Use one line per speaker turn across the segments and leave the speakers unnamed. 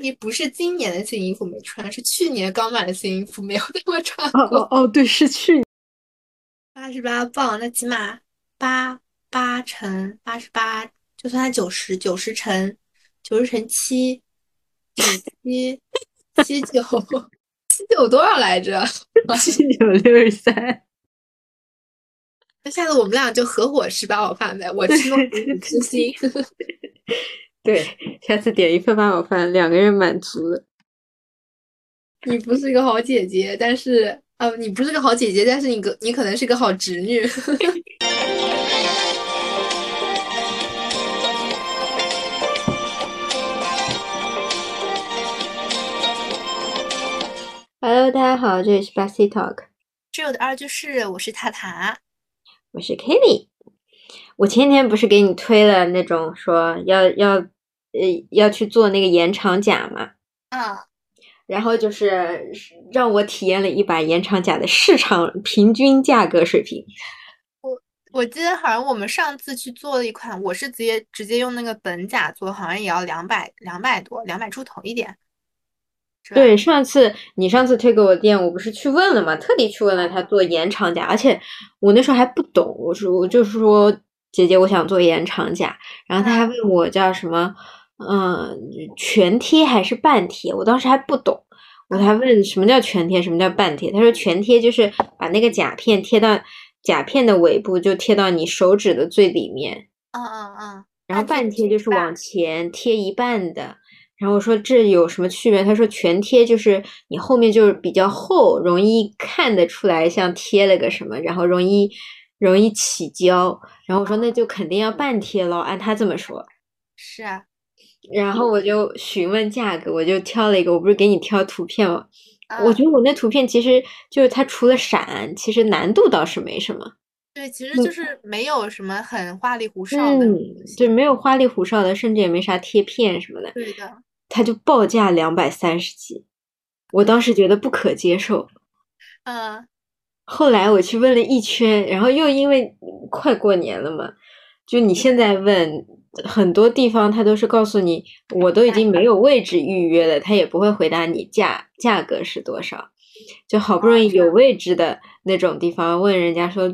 衣不是今年的新衣服没穿，是去年刚买的新衣服没有那么穿
哦
过。
哦哦，对，是去
八十八磅，那起码八八乘八十八，就算它九十，九十乘九十乘七，九七七九七九多少来着？
七九六十三，
那下次我们俩就合伙吃八宝饭呗，我吃东西你吃心。
对，下次点一份八宝饭，两个人满足了。
你不是一个好姐姐，但是呃，你不是个好姐姐，但是你个你可能是个好侄 女。
Hello，大家好，这里是 Bessie Talk，
这有的二就是我是塔塔，
我是 Kelly。我前天不是给你推了那种说要要呃要去做那个延长甲嘛，
啊，
然后就是让我体验了一把延长甲的市场平均价格水平。
我记得好像我们上次去做了一款，我是直接直接用那个本甲做，好像也要两百两百多，两百出头一点，是吧？
对，上次你上次推给我的店，我不是去问了嘛，特地去问了他做延长甲，而且我那时候还不懂，我说我就说姐姐，我想做延长甲，然后他还
嗯
问我叫什么，嗯，全贴还是半贴，我当时还不懂，我还问什么叫全贴，什么叫半贴，他说全贴就是把那个甲片贴到甲片的尾部，就贴到你手指的最里面，
嗯嗯嗯，
然后半贴就是
半
往前贴一半的。然后我说这有什么区别？他说全贴就是你后面就是比较厚，容易看得出来像贴了个什么，然后容易容易起胶。然后我说那
哦
就肯定要半贴咯，按他这么说。
是啊，
然后
嗯
我就询问价格，我就挑了一个，我不是给你挑图片吗？我
嗯
觉得我那图片其实就是它除了闪，其实难度倒是没什么。
对，其实就是没有什么很花里胡哨的
嗯
东西，，
对，没有花里胡哨的，甚至也没啥贴片什么的。
对的。
他就报价两百三十几，我当时觉得不可接受。
嗯，
后来我去问了一圈，然后又因为快过年了嘛，就你现在问很多地方，他都是告诉你我都已经没有位置预约了，他也不会回答你价价格是多少。就好不容易有位置的那种地方，问人家说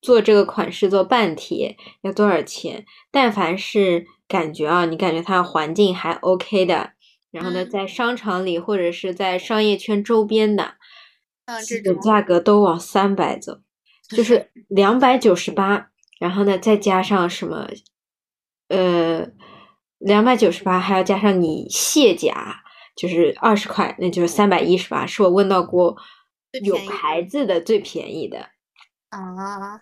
做这个款式做半贴要多少钱？但凡是感觉啊，你感觉它环境还 OK 的，然后呢，
嗯
在商场里或者是在商业圈周边的，
嗯
基
这
本
种
价格都往三百走，就是 两百九十八，然后呢再加上什么，呃，两百九十八还要加上你卸甲，就是二十块，那就是三百一十八，是我问到过
最
有
便宜的
牌子的最便宜的。
啊，哦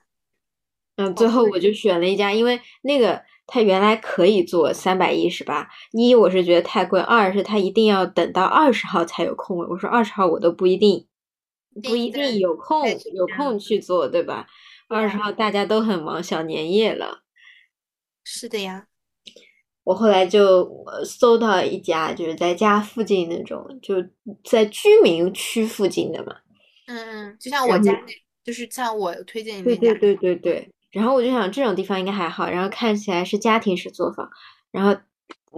嗯，最后我就选了一家，因为那个它原来可以做三百一十八，一我是觉得太贵，二是它一定要等到二十号才有空位。我说二十号我都不一定，不
定
一
在
定有空
在这
有
家
空去做，对吧？二十
对啊
号大家都很忙，小年夜了。
是的呀，
我后来就呃搜到一家，就是在家附近那种，就在居民区附近的嘛。
嗯嗯，就像我
然
家
后
那，就是像我推荐你
对
那家
对，对对对。然后我就想，这种地方应该还好。然后看起来是家庭式作坊，然后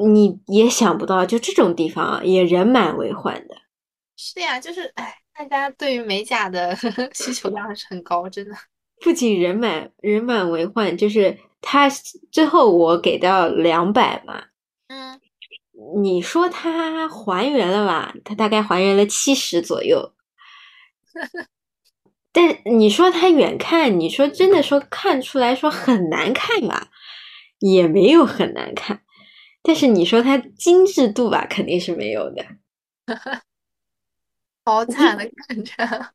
你也想不到，就这种地方啊也人满为患的。
是的呀，就是哎，大家对于美甲的 需求量还是很高，真的。
不仅人满人满为患，就是他最后我给到两百嘛，
嗯，
你说它还原了吧？它大概还原了七十左右。但你说它远看，你说真的说看出来说很难看吧，也没有很难看。但是你说它精致度吧，肯定是没有的。
好惨的啊看着，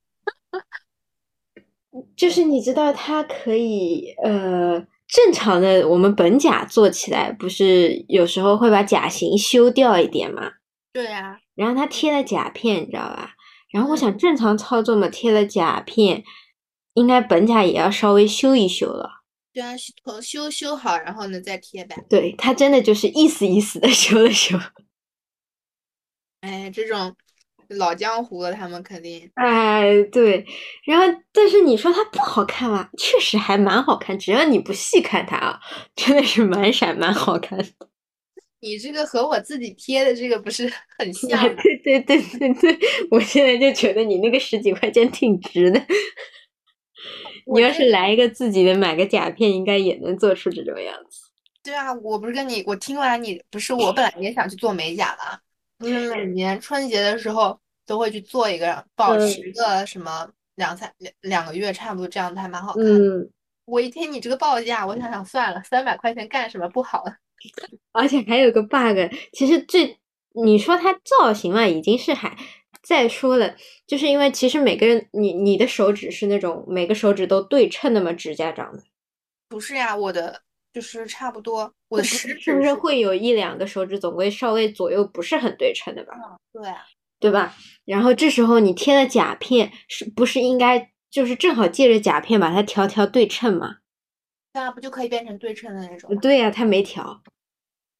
就是你知道它可以呃正常的，我们本甲做起来不是有时候会把甲型修掉一点嘛，
对啊呀，
然后它贴了甲片，你知道吧？然后我
嗯
想正常操作嘛，贴了甲片，应该本甲也要稍微修一修了。
对啊，修修修好，然后呢再贴呗。
对，它真的就是意思意思的 修了修。
哎，这种老江湖了，他们肯定
哎，对，然后但是你说它不好看吧，确实还蛮好看，只要你不细看它啊，真的是蛮闪蛮好看的。
你这个和我自己贴的这个不是 很像吗？
对对对对对，我现在就觉得你那个十几块钱挺值的。
我
你要
这
是来一个自己的，买个甲片，应该也能做出这种样子。
对啊，我不是跟你，我听完你，不是我本来也想去做美甲的，不是每年春节的时候都会去做一个，保
嗯
持个什么两三两两个月，差不多这样子还蛮好看的。
嗯，
我一听你这个报价，我想想算了，三百块钱干什么不好 了？
而且还有个 bug，其实最你说它造型嘛，已经是还再说了，就是因为其实每个人，你你的手指是那种每个手指都对称的嘛，指甲长的，
不是呀，我的就是差不多，我
不
的
是
食
是不
指
是会有一两个手指总归稍微左右不是很对称的吧？
对啊，
对吧？然后这时候你贴了甲片，是不是应该就是正好借着甲片把它调调对称嘛？
这啊样不就可以变成对称的那种吗？
对呀、它没调，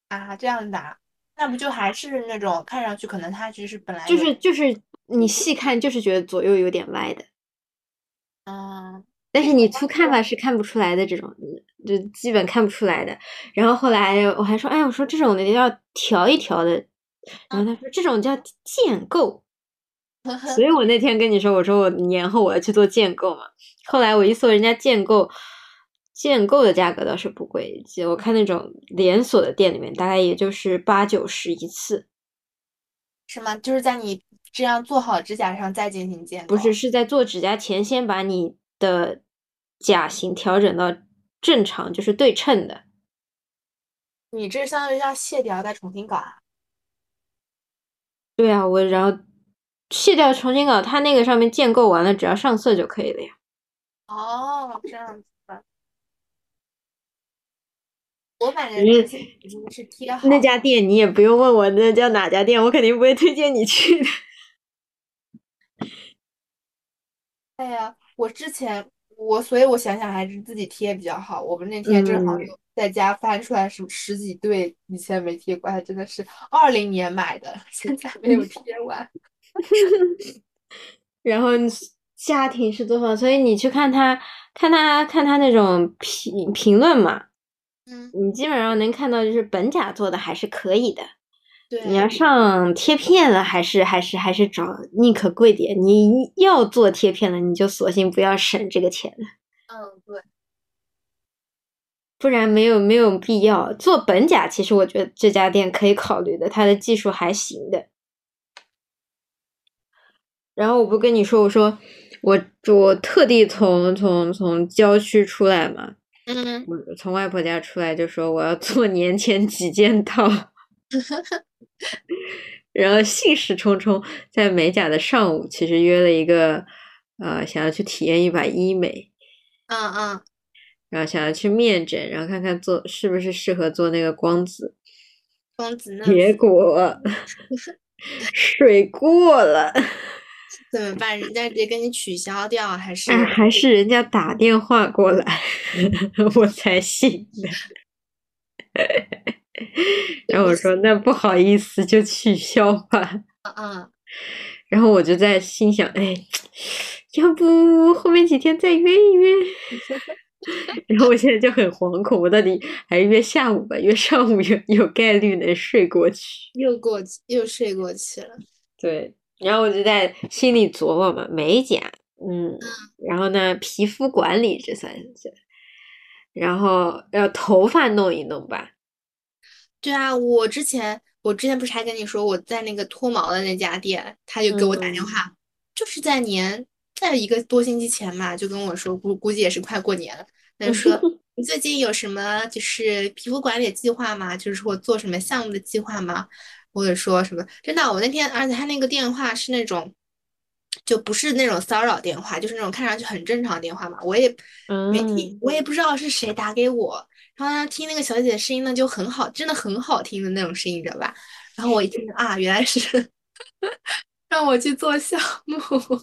啊，这样的啊，那不就还是那种看上去可能它就是本来
就
有
是就是你细看就是觉得左右有点歪的，
嗯，
但是你粗看吧是看不出来的这种，就基本看不出来的。然后后来我还说，哎，我说这种的要调一调的，然后他说这种叫建构。所以我那天跟你说，我说我年后我要去做建构嘛。后来我一搜人家建构，建构的价格倒是不贵，就我看那种连锁的店里面，大概也就是八九十一次，
是吗？就是在你这样做好指甲上再进行建
不
构
是是在做指甲前先把你的甲型调整到正常，就是对称的。
你这相当于要卸掉再重新搞啊？
对啊，我然后卸掉重新搞，它那个上面建构完了，只要上色就可以了呀。
哦，这样子的。我反正
因为
之前已经是贴好
那家店你也不用问我那叫哪家店，我肯定不会推荐你去的。
哎呀，我之前我，所以我想想还是自己贴比较好。我们那天正好
嗯
有在家翻出来什十几对以前没贴过，还真的是二零年买的， 现在没有贴 完。
然后你是家庭式作坊，所以你去看他看他看他那种评评论嘛，
嗯，
你基本上能看到就是本甲做的还是可以的。
对，
你要上贴片了，还是还是还是找宁可贵点。你要做贴片了，你就索性不要省这个钱了，
嗯，对，
不然没有没有必要做本甲。其实我觉得这家店可以考虑的，它的技术还行的。然后我不跟你说，我说我我特地从从从郊区出来嘛，
嗯，
我从外婆家出来就说我要做年前几件套，然后兴师冲冲在美甲的上午，其实约了一个呃想要去体验一把医美，
嗯嗯，
然后想要去面诊，然后看看做是不是适合做那个光子，
公子那
结果水过了，
怎么办？人家直接给你取消掉，还是
哎，还是人家打电话 过来，我才信的。 然后我说那不好意思，就取消吧。
嗯嗯，
然后我就在心想，哎，要不后面几天再约一约。 然后我现在就很惶恐，我到底还约下午吧？约上午有有概率能睡过去。
又过去又睡过去了。
对，然后我就在心里琢磨嘛，美甲，嗯，然后呢，皮肤管理这算是，然后要头发弄一弄吧。
对啊，我之前我之前不是还跟你说我在那个脱毛的那家店，他就给我打电话，就是在年在一个多星期前嘛，就跟我说估估计也是快过年了，他 就说你最近有什么就是皮肤管理计划吗？就是说做什么项目的计划吗？或者说什么？真的，啊我那天而且他那个电话是那种。就不是那种骚扰电话，就是那种看上去很正常的电话嘛。我也没听
嗯，，
我也不知道是谁打给我，然后呢，听那个小姐姐声音呢就很好，真的很好听的那种声音，你知道吧？然后我一听啊，原来是 让我去做项目，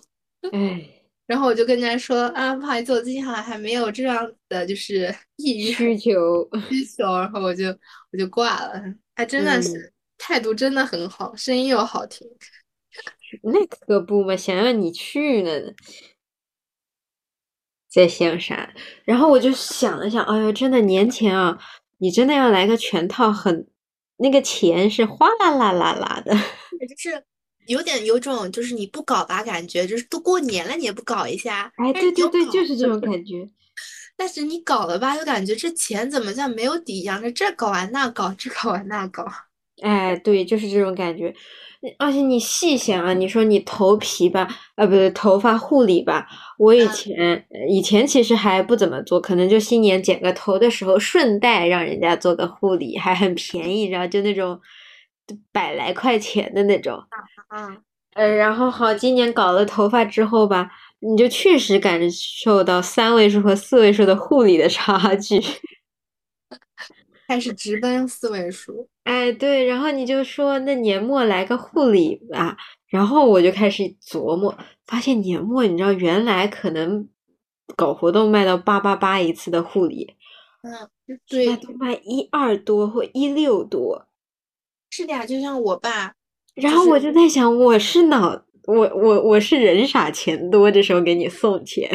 哎，
然后我就跟人家说啊，不好意思，我最近好像还没有这样的就是意愿
需求，
需求，然后我就我就挂了。还真的是态度真的很好，声音又好听。
那可不嘛，想要你去呢。在想啥？然后我就想了想，哎呦，真的年前啊，你真的要来个全套很那个钱是哗啦啦啦啦的。
就是有点有种就是你不搞吧感觉，就是都过年了你也不搞一下，
哎，
但是
对
你
对
又
对，
搞
就是这种感觉。
但是你搞了吧，又感觉这钱怎么像没有底一样，这这搞完那搞，这搞完那 搞。
哎，对，就是这种感觉。而且你细想啊，你说你头皮吧，啊，不对，头发护理吧。我以
嗯
前呃以前其实还不怎么做，可能就新年剪个头的时候，顺带让人家做个护理，还很便宜，然后就那种百来块钱的那种。
啊，
呃，然后好，今年搞了头发之后吧，你就确实感受到三位数和四位数的护理的差距。
开始直奔四位数。
哎，对，然后你就说那年末来个护理吧，然后我就开始琢磨，发现年末你知道原来可能搞活动卖到八八八一次的护理，
嗯，
现
对，
在都卖一二多或一六多，
是的呀，就像我爸，
然
就
后我
是
就在想，我是脑，我我我是人傻钱多，这时候给你送钱，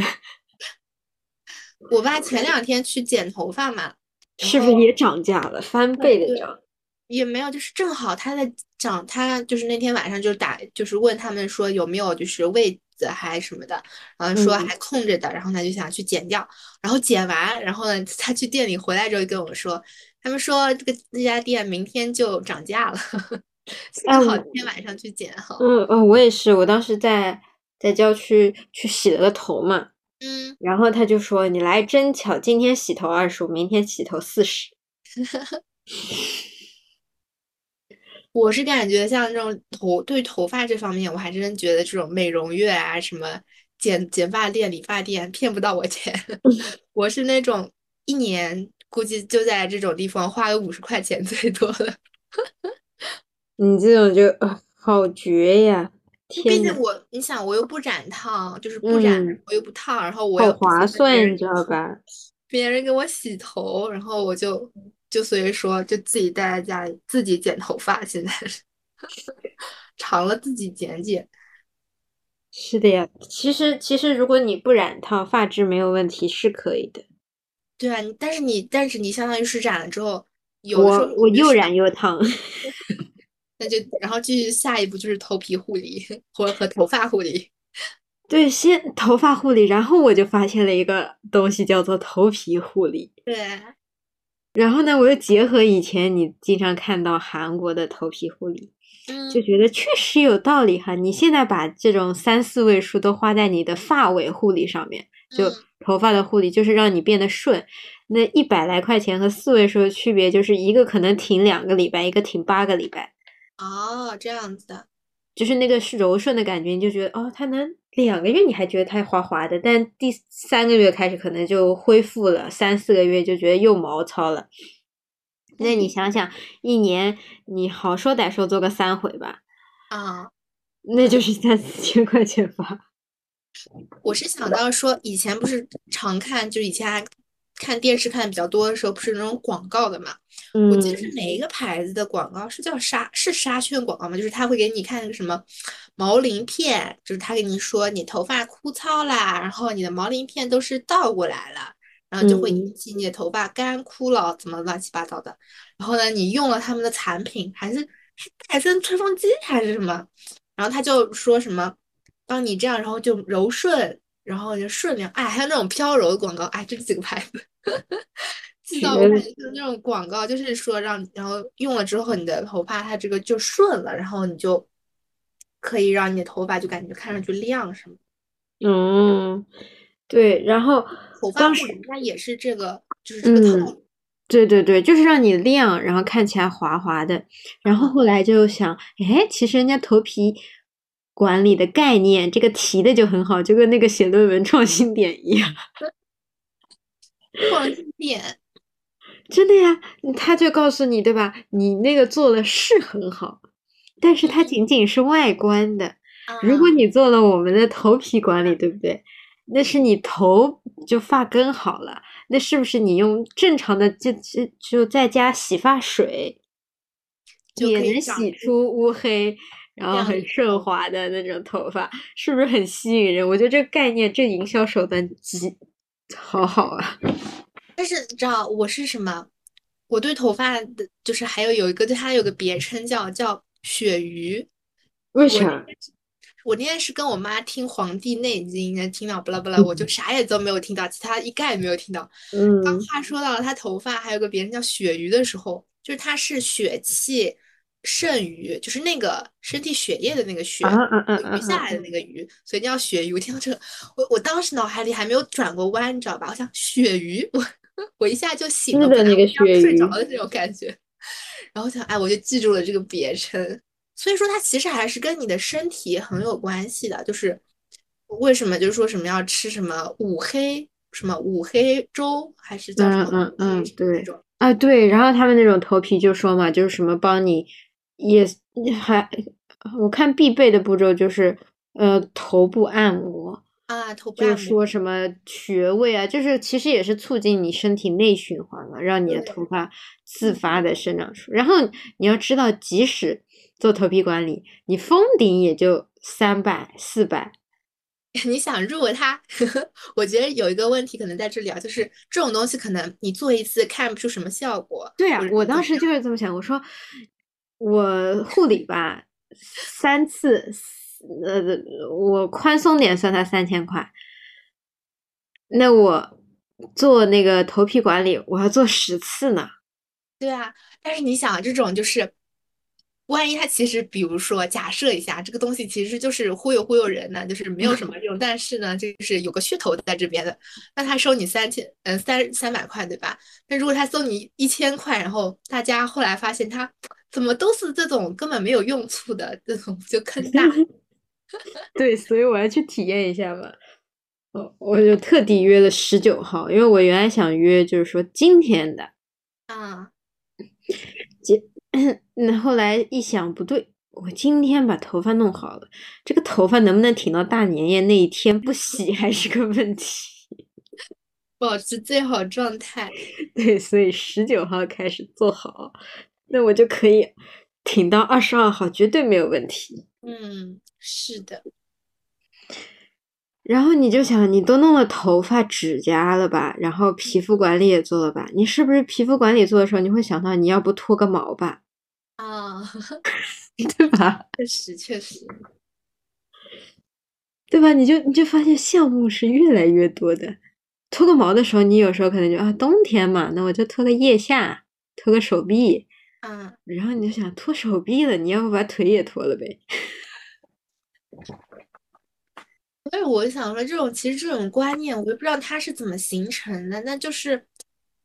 我爸前两天去剪头发嘛，然
是不是
后
也涨价了，翻倍的
哦嗯对
涨？
也没有，就是正好他在讲，他就是那天晚上就打，就是问他们说有没有就是位子还什么的，然后说
嗯
还空着的，然后他就想去剪掉，然后剪完，然后呢，他去店里回来之后就跟我说，他们说这个那家店明天就涨价了，
哎
正好
我
今天晚上去剪哈，
嗯嗯，我也是，我当时在在郊区去洗了个头嘛。
嗯，
然后他就说：“你来真巧，今天洗头二十五，明天洗头四十。
我是感觉像这种头对头发这方面，我还真觉得这种美容院啊，什么剪剪发店、理发店骗不到我钱。 我是那种一年估计就在这种地方花个五十块钱最多了。”
你这种就、啊好绝呀！
毕
天
竟
呐，
我，你想我又不染烫，就是不染，
嗯，
我又不烫，然后我
好
又不
划
想别
算，你
人
知道吧？
别人给我洗头，然后我就就所以说就自己待在家里自己剪头发，现在是 长了自己剪剪。
是的呀，其实其实如果你不染烫，发质没有问题是可以的。
对啊，你但是你但是你相当于是染了之后，有的时候
我我
你就
又
是
染又烫，
那就然后继续下一步就是头皮护理或和头发护理。
对，先头发护理，然后我就发现了一个东西叫做头皮护理。
对，
然后呢，我又结合以前你经常看到韩国的头皮护理，就
嗯，
觉得确实有道理哈。你现在把这种三四位数都花在你的发尾护理上面，就
嗯
头发的护理，就是让你变得顺。那一百来块钱和四位数的区别，就是一个可能停两个礼拜，一个停八个礼拜，
哦，这样子的，
就是那个是柔顺的感觉，你就觉得哦，它能两个月你还觉得它滑滑的，但第三个月开始可能就恢复了，三四个月就觉得又毛糙了。那你
嗯
想想，一年你好说歹说做个三回吧，
啊，
那就是三四千块钱吧。
我是想到说以前不是常看，就以前还看电视看比较多的时候，不是那种广告的嘛？我记得是
嗯，
哪一个牌子的广告是叫沙是沙宣广告吗？就是他会给你看个什么毛鳞片，就是他给你说你头发枯燥啦，然后你的毛鳞片都是倒过来了，然后就会引
嗯，
起你的头发干枯了，怎么乱七八糟的。然后呢，你用了他们的产品，还是是戴森吹风机还是什么？然后他就说什么帮你这样，然后就柔顺，然后就顺溜，哎，还有那种飘柔的广告，哎，这几个牌子。记
绝
到我感觉就是那种广告，就是说让你，然后用了之后，你的头发它这个就顺了，然后你就可以让你的头发就感觉看上去亮什么。
嗯，对。然后
头发
当
护
时，
理它也是这个，就是这个套
嗯，
路。
对对对，就是让你亮，然后看起来滑滑的。然后
嗯，
后来就想，哎，其实人家头皮管理的概念，这个提的就很好，就跟那个写论文创新点一
嗯
样。
创新点，
真的呀，他就告诉你，对吧？你那个做了是很好，但是它
嗯
仅仅是外观的。如果
啊，
你做了我们的头皮管理，对不对？那是你头就发根好了，那是不是你用正常的就就就在家洗发水
就
也
可以
能
长
洗
出
出乌黑，然后
亮
很
丽的
顺
头发。
滑的那种头发，是不是很吸引人？我觉得这个概念，这营销手段极好好啊！
但是你知道我是什么？我对头发的，就是还有有一个对它有个别称叫叫鳕鱼。
为啥？
我那天是跟我妈听《黄帝内经》，听到巴拉巴拉，我就啥也都没有听到，其他一概没有听到。
嗯，
当话说到了她头发还有个别人叫鳕鱼的时候，就是它是血气剩余，就是那个身体血液的那个血，
啊啊啊啊
余下来的那个鱼，所以叫鳕鱼。我听到这个，我我当时脑海里还没有转过弯，你知道吧？我想鳕鱼，我 我一下就醒了，
是的
本来
那个
像
鳕
睡
鱼
着的那种感觉。然后想，哎，我就记住了这个别称。所以说，它其实还是跟你的身体很有关系的。就是为什么，就是说什么要吃什么五黑，什么五黑粥，还是叫什么
嗯
五
嗯
黑
嗯
什么
对
那种
啊，对，然后他们那种头皮就说嘛，就是什么帮你也还，我看必备的步骤就是呃头部按摩，
啊，头部
就
按
是
摩
说什么穴位啊，就是其实也是促进你身体内循环嘛，让你的
对嗯
头发自发的生长出。然后你要知道，即使做头皮管理，你封顶也就三百四百，
你想，如果他，我觉得有一个问题可能在这里啊，就是这种东西可能你做一次看不出什么效果。
对啊
或，者是
我
怎
当
么
时就是这么想，我说我护理吧，三次，呃，我宽松点算它三千块，那我做那个头皮管理，我要做十次呢。
对啊，但是你想，这种就是，万一他其实，比如说，假设一下，这个东西其实就是忽悠忽悠人呢，就是没有 什么这种，但是呢，就是有个噱头在这边的，那他收你三千，嗯、三三百块，对吧？那如果他收你一千块，然后大家后来发现他怎么都是这种根本没有用处的这种，就坑 大。
对，所以我要去体验一下嘛。我哦我就特地约了十九号，因为我原来想约就是说今天的，
啊，
那后来一想不对，我今天把头发弄好了，这个头发能不能挺到大年夜那一天不洗还是个问题。
保持最好状态。
对，所以十九号开始做好，那我就可以挺到二十二号，绝对没有问题。
嗯，是的，
然后你就想，你都弄了头发、指甲了吧，然后皮肤管理也做了吧，你是不是皮肤管理做的时候，你会想到你要不脱个毛吧，
啊，
对吧？
确实确实，
对吧？你就你就发现项目是越来越多的。脱个毛的时候，你有时候可能就啊，冬天嘛，那我就脱个腋下，脱个手臂，
嗯，
然后你就想脱手臂了，你要不把腿也脱了呗？
所以我想说，这种其实这种观念，我也不知道它是怎么形成的。那就是，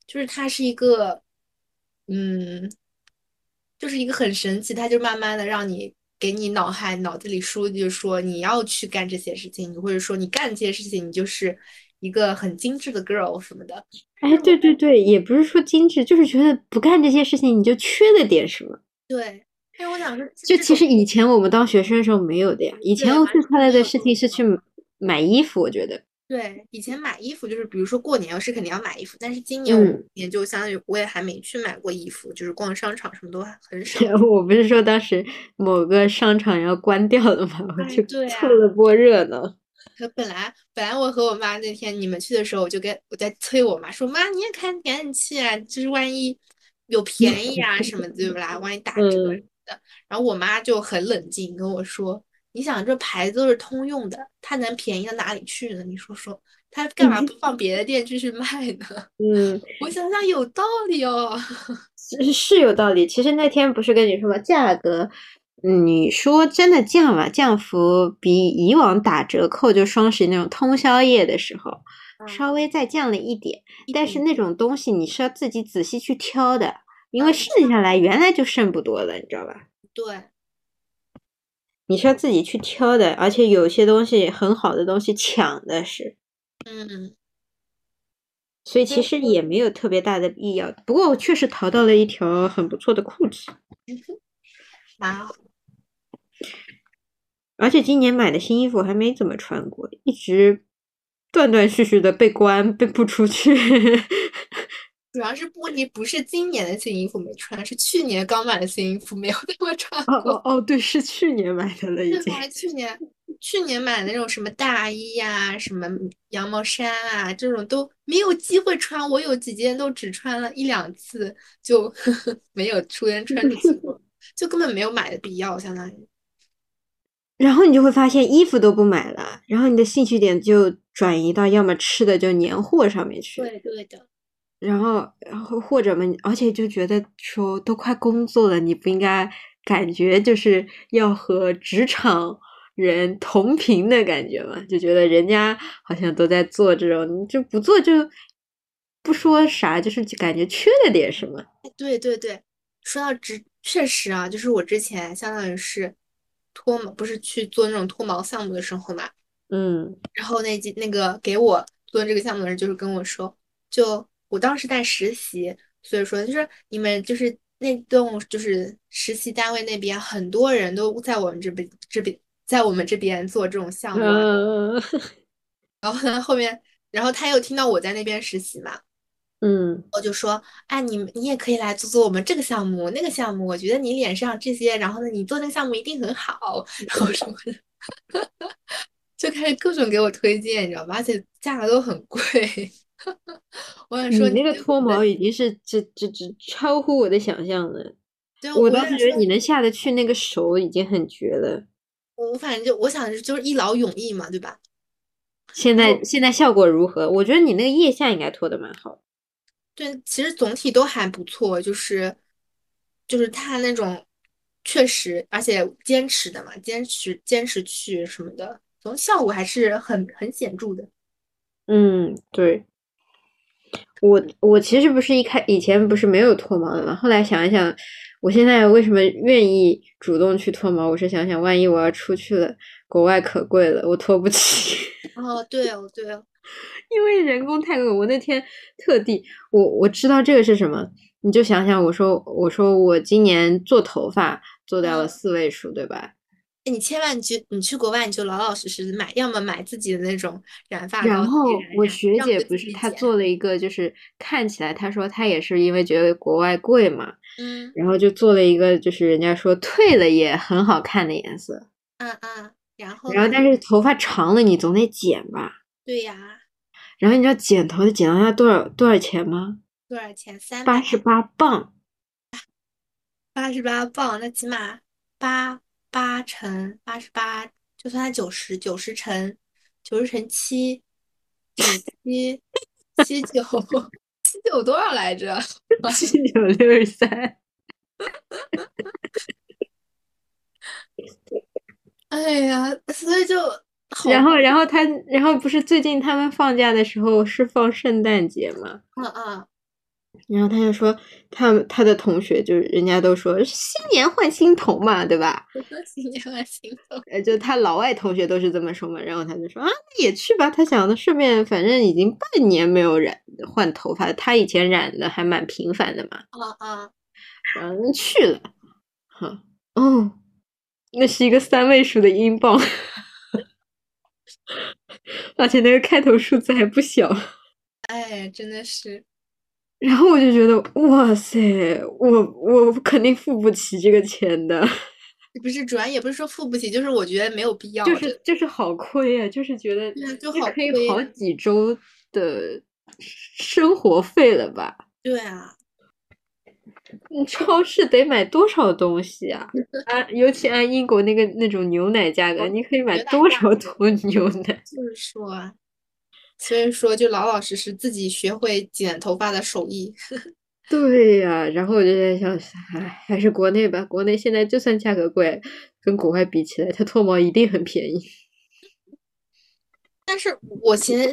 就是它是一个，嗯，就是一个很神奇，它就慢慢的让你给你脑海脑子里输，就是说你要去干这些事情，或者说你干这些事情，你就是一个很精致的 girl 什么的。
哎，对对对，也不是说精致，就是觉得不干这些事情你就缺了点什么。
对，但是我想说，
就
这
其
种
实以前我们当学生的时候没有的呀，以前
对啊
我
完
最
全
快乐
没
的
有
事情是去买买衣服，我觉得。
对，以前买衣服就是，比如说过年是肯定要买衣服，但是今年我
嗯
也就相当于我也还没去买过衣服，就是逛商场什么都还很少。
我不是说当时某个商场要关掉了吗？我
哎
去
对
凑
啊
了波热 闹。
可本来本来我和我妈那天你们去的时候，我就跟我在催我妈说：“妈，你也看点点气啊，就是万一有便宜啊什么的，对不啦？万一打折什么
嗯，
的。”然后我妈就很冷静跟我说：“你想这牌子都是通用的，它能便宜到哪里去呢？你说说，它干嘛不放别的店继续卖呢？”
嗯，
我想想有道理哦。
是是有道理。其实那天不是跟你说吗？价格，嗯你说真的降吧，降幅比以往打折扣就双十一那种通宵夜的时候
嗯，
稍微再降了一点，
一
但
点
是那种东西你是要自己仔细去挑的，因为
嗯，
剩下来原来就剩不多了，你知道吧？
对，
你是要自己去挑的，而且有些东西很好的东西抢的是。
嗯，
所以
所
其
以
实也没有特别大的必要。不过我确实淘到了一条很不错的裤子，
蛮好。
而且今年买的新衣服我还没怎么穿过，一直断断续续的被关，被不出去。
主要是问题不是今年的新衣服没穿，是去年刚买的新衣服没有那么穿
哦
过。
哦哦，对，是去年买的了，已
对
经
吧？去年去年买的那种什么大衣呀、什么羊毛衫啊，这种都没有机会穿。我有几件都只穿了一两次，就 没有出现穿出去过，就根本没有买的必要，相当 于。
然后你就会发现衣服都不买了，然后你的兴趣点就转移到要么吃的就年货上面去，
对对的，
然后然后或者嘛，而且就觉得说都快工作了，你不应该感觉就是要和职场人同频的感觉嘛，就觉得人家好像都在做这种，你就不做就不说啥，就是感觉缺了点什么。
哎对对对，说到职，确实啊，就是我之前相当于是脱毛，不是去做那种脱毛项目的时候嘛，
嗯
然后那几那个给我做这个项目的人就是跟我说，就我当时在实习，所以说就是你们就是那栋就是实习单位那边很多人都在我们这边这边在我们这边做这种项目啊，
嗯
然后呢后面，然后他又听到我在那边实习嘛，
嗯
我就说，哎，你们你也可以来做做我们这个项目那个项目，我觉得你脸上这些，然后呢你做那个项目一定很好，然后什么的。 就开始各种给我推荐，你知道吧？而且价格都很贵。 我想
你
说
那个
对
脱
我的
毛已经是这这这超乎我的想象了。
对
我
当
当时觉得你
你，
能下得去那个手已经很绝了。
我反正就我想着就是一劳永逸嘛，对吧？
现在现在效果如何？我觉得你那个腋下应该脱的蛮好的。
对，其实总体都还不错，就是就是他那种确实，而且坚持的嘛，坚持坚持去什么的，总效果还是很很显著的。
嗯，对，我我其实不是一开以前不是没有脱毛的嘛，后来想一想，我现在为什么愿意主动去脱毛？我是想想，万一我要出去了，国外可贵了，我脱不起。
哦，对哦，对哦，
因为人工太贵，我那天特地，我我知道这个是什么，你就想想，我说我说我今年做头发做掉了
嗯
四位数，对吧？
哎你千万你去你去国外，你就老老实实地买，要么买自己的那种染发膏
然
自己
后
染一
我
染，
学
要么
姐
就
不
自
是
己
她
剪。
做了一个，就是看起来她说她也是因为觉得国外贵嘛，
嗯
然后就做了一个，就是人家说退了也很好看的颜色。
嗯嗯，然后
然
呢？
后但是头发长了你总得剪吧，
对呀，
然后你知道剪头的剪到要多少多少钱吗？
多少钱？三
八
百
十八磅。
八十八磅，那起码八八乘八十八，就算它九十，九十乘九十乘七，九七七九七九多少来着？
七九六十三，
哎呀，所以就好
然后，然后他，然后不是最近他们放假的时候是放圣诞节嘛？
嗯嗯，
然后他就说，他们他的同学就是人家都说新年换新头嘛，对吧？
我说新年还行动。
呃，就他老外同学都是这么说嘛。然后他就说啊，那也去吧。他想的顺便，反正已经半年没有染换头发，他以前染的还蛮频繁的嘛。
嗯嗯，
然后就去了，哈，哦，那是一个三位数的英镑， 而且那个开头数字还不小。
哎，真的是，
然后我就觉得，哇塞，我我肯定付不起这个钱的，
不是主要也不是说付不起，就是我觉得没有必要，
就是就是好亏呀、就是觉得
对啊，就
这
好
可以
亏
好
呀，
几周的生活费了吧？
对啊，
你超市得买多少东西 啊？按尤其按英国那个那种牛奶价格，你可以买
哦牛奶
多
价
少
格
桶牛奶？
就是说啊。所以说，就老老实实自己学会剪头发的手艺。
对呀、然后我就在想，唉，还是国内吧。国内现在就算价格贵，跟国外比起来，它脱毛一定很便宜。
但是我其实，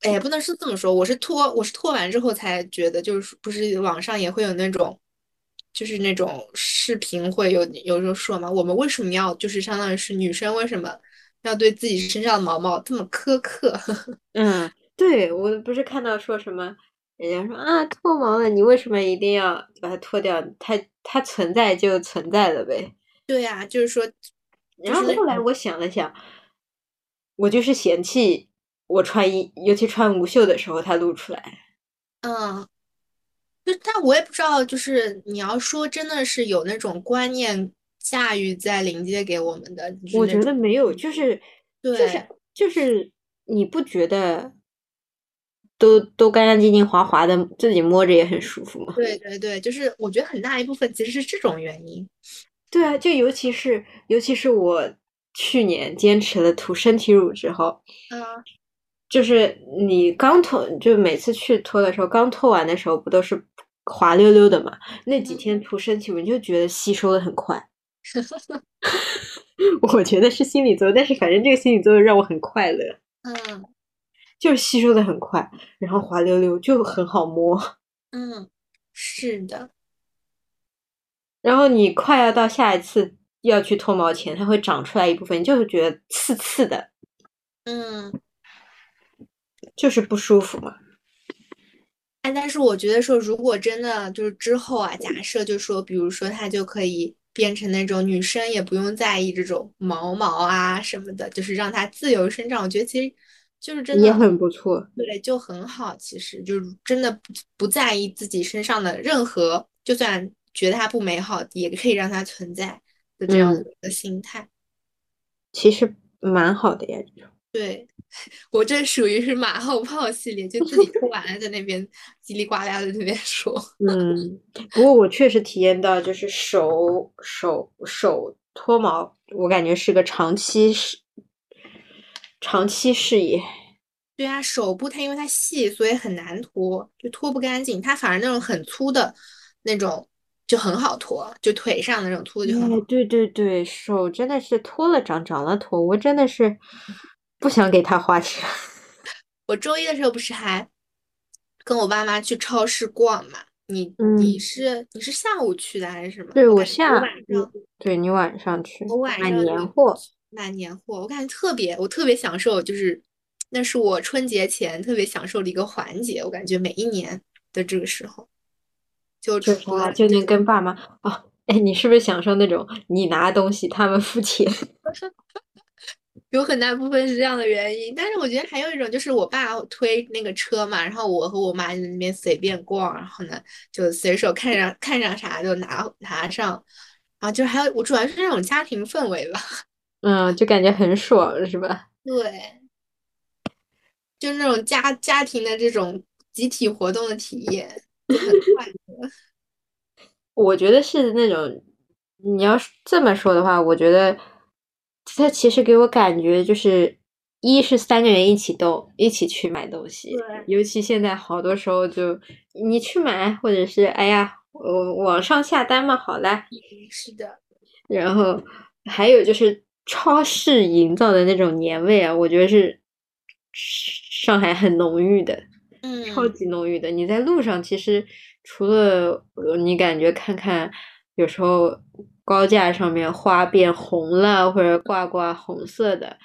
哎，不能是这么说，我是脱，我是脱完之后才觉得，就是不是网上也会有那种，就是那种视频会有有时候说嘛，我们为什么要就是相当于是女生为什么要对自己身上的毛毛这么苛刻？
嗯，对，我不是看到说什么，人家说啊，脱毛了，你为什么一定要把它脱掉？它它存在就存在了呗。
对呀、就是说，就
然
是
后
那
后来我想了想，我就是嫌弃我穿衣，尤其穿无袖的时候它露出来。
嗯。就但我也不知道，就是你要说真的是有那种观念下雨在临界给我们的。就是
我
那
觉
种
得没有，就是就是
对
就是你不觉得都都干干净净滑滑的，自己摸着也很舒服吗？
对对对，就是我觉得很大一部分其实是这种原因。
对啊，就尤其是尤其是我去年坚持了涂身体乳之后，
嗯，
就是你刚脱，就每次去脱的时候，刚脱完的时候不都是滑溜溜的嘛？那几天
嗯
涂身体乳，你就觉得吸收的很 快。我觉得是心理作用，但是反正这个心理作用让我很快乐，
嗯
就是吸收的很快，然后滑溜溜就很好摸。
嗯，是的，
然后你快要到下一次要去脱毛前，它会长出来一部分，你就会觉得刺刺的，
嗯，
就是不舒服嘛。
哎，但是我觉得说，如果真的就是之后啊，假设就说，比如说它就可以变成那种女生也不用在意这种毛毛啊什么的，就是让它自由生长。我觉得其实就是真的
也很不错，
对，就很好。其实就是真的不不在意自己身上的任何，就算觉得它不美好，也可以让它存在的这样
嗯
的一个心态。
其实蛮好的呀。
对， 我这属于是马后炮系列，就自己吐完了在那边叽里呱啦的那边说。
嗯，不过我确实体验到，就是手手手脱毛，我感觉是个长期事，长期事业。
对啊，手部它因为它细，所以很难脱，就脱不干净。它反而那种很粗的那种就很好脱，就腿上的那种粗的就很好
哎，。对对对，手真的是脱了长，长了脱，我真的是不想给他花钱。
我周一的时候不是还跟我爸妈去超市逛嘛？你你
嗯
是你是下午去的还是什么？
对
我
我
感觉
下
晚
嗯
上
对你晚上去
我晚
买
上
年
就
货，
买年货，我感觉特别，我特别享受，就是那是我春节前特别享受的一个环节。我感觉每一年的这个时候，就
就
除
是啊，
了
就能跟爸妈哦。哎，你是不是享受那种你拿东西他们付钱？
有很大部分是这样的原因，但是我觉得还有一种就是我爸推那个车嘛，然后我和我妈在那边随便逛，然后呢就随手看上看上啥就拿拿上，然后就是还有我主要是那种家庭氛围吧，
嗯，就感觉很爽，是吧？
对，就那种家家庭的这种集体活动的体验就很快乐。
我觉得是那种，你要是这么说的话，我觉得他其实给我感觉就是，一是三个人一起动，一起去买东西，
对
尤其现在好多时候就你去买，或者是哎呀，我网上下单嘛，好啦，
嗯是的，
然后还有就是超市营造的那种年味啊，我觉得是上海很浓郁的。
嗯，
超级浓郁的。你在路上其实除了呃你感觉看看，有时候高架上面花变红了，或者挂挂红色的，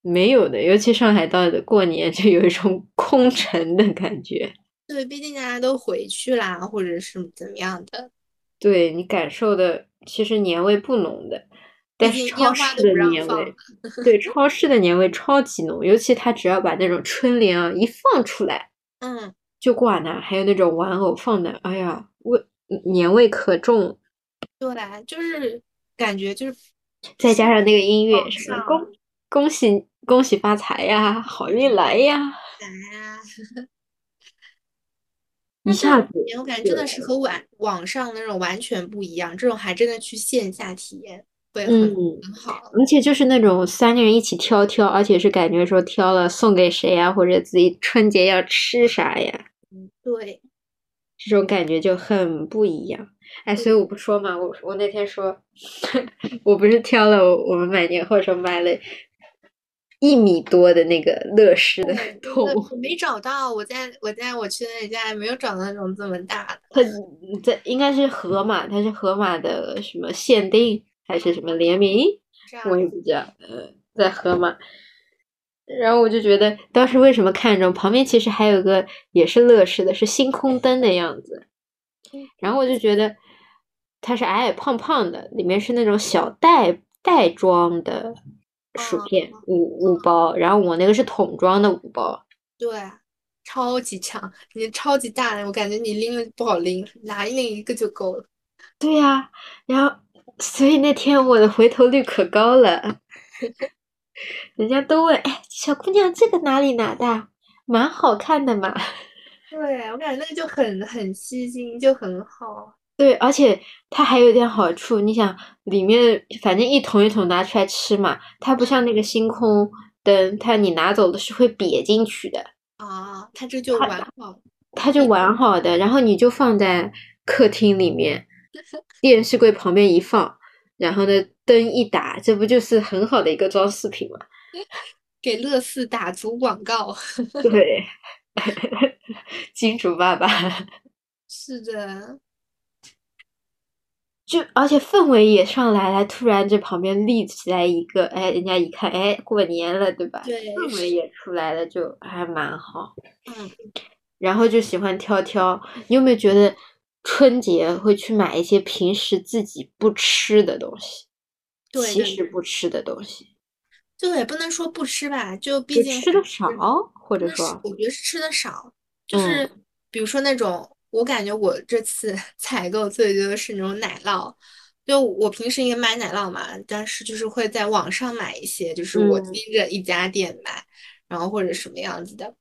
没有的。尤其上海到的过年，就有一种 空城的感觉。
对，毕竟大家都回去啦，或者是怎么样的，
对你感受的，其实年味不浓的，但是
毕竟
超
烟花
市
都不
的
让
年
放
味，对超市的年味超级浓，尤其他只要把那种春联啊一放出来，
嗯，
就挂那儿，还有那种玩偶放那儿，哎呀，味年味可重了，
对，啊就是感觉就是。
再加上那个音乐
往
什么
上
恭恭喜恭喜发财呀，好运来呀，
啊，
一下子
我感觉真的是
对
和网网上那种完全不一样，这种还真的去线下体验会很、
嗯，
很好。
而且就是那种三个人一起挑挑，而且是感觉说挑了送给谁呀，或者自己春节要吃啥呀，
对，
这种感觉就很不一样。哎，所以我不说嘛，我我那天说， 我不是挑了我我们买年货的时候买了一米多的那个嗯乐事的
对
桶，
我没找到，我在我在我去那家没有找到那种这么大的。
它这应该是盒马，它是盒马的什么限定还是什么联名，
这样
我也不知道。呃，在盒马，然后我就觉得当时为什么看中，旁边其实还有个也是乐视的，是星空灯的样子。然后我就觉得它是矮矮胖胖的，里面是那种小袋袋装的薯
哦
片五五包，然后我那个是桶装的五包。
对，超级强，你超级大的，我感觉你拎了不好拎，拿另一个就够了。
对呀、然后所以那天我的回头率可高了，人家都问：“哎，小姑娘，这个哪里拿的？啊蛮好看的嘛。
对，我感觉那个就很很吸睛，就很好。”
对，而且它还有一点好处，你想里面反正一桶一桶拿出来吃嘛，它不像那个星空灯，它你拿走的是会瘪进去的，
啊，它这就完好。
它就完好的，然后你就放在客厅里面，电视柜旁边一放，然后呢灯一打，这不就是很好的一个装饰品吗？
给乐视打足广告。
对， 金主爸爸。
是的，
就而且氛围也上来了，突然这旁边立起来一个，哎，人家一看，哎，过年了，对吧？
对
氛
是
围也出来了，就还蛮好。
嗯，
然后就喜欢挑挑，你有没有觉得春节会去买一些平时自己不吃的东西？
对
其
对
实不吃的东西，
就也不能说不吃吧，就毕
就
竟
吃的
是
少，或者
那是
说，嗯
我觉得是吃的少，就是比如说那种，我感觉我这次 采购最多的是那种奶酪，就我平时也买奶酪嘛，但是就是会在网上买一些，就是我
嗯
盯着一家店买，然后或者什么样子的。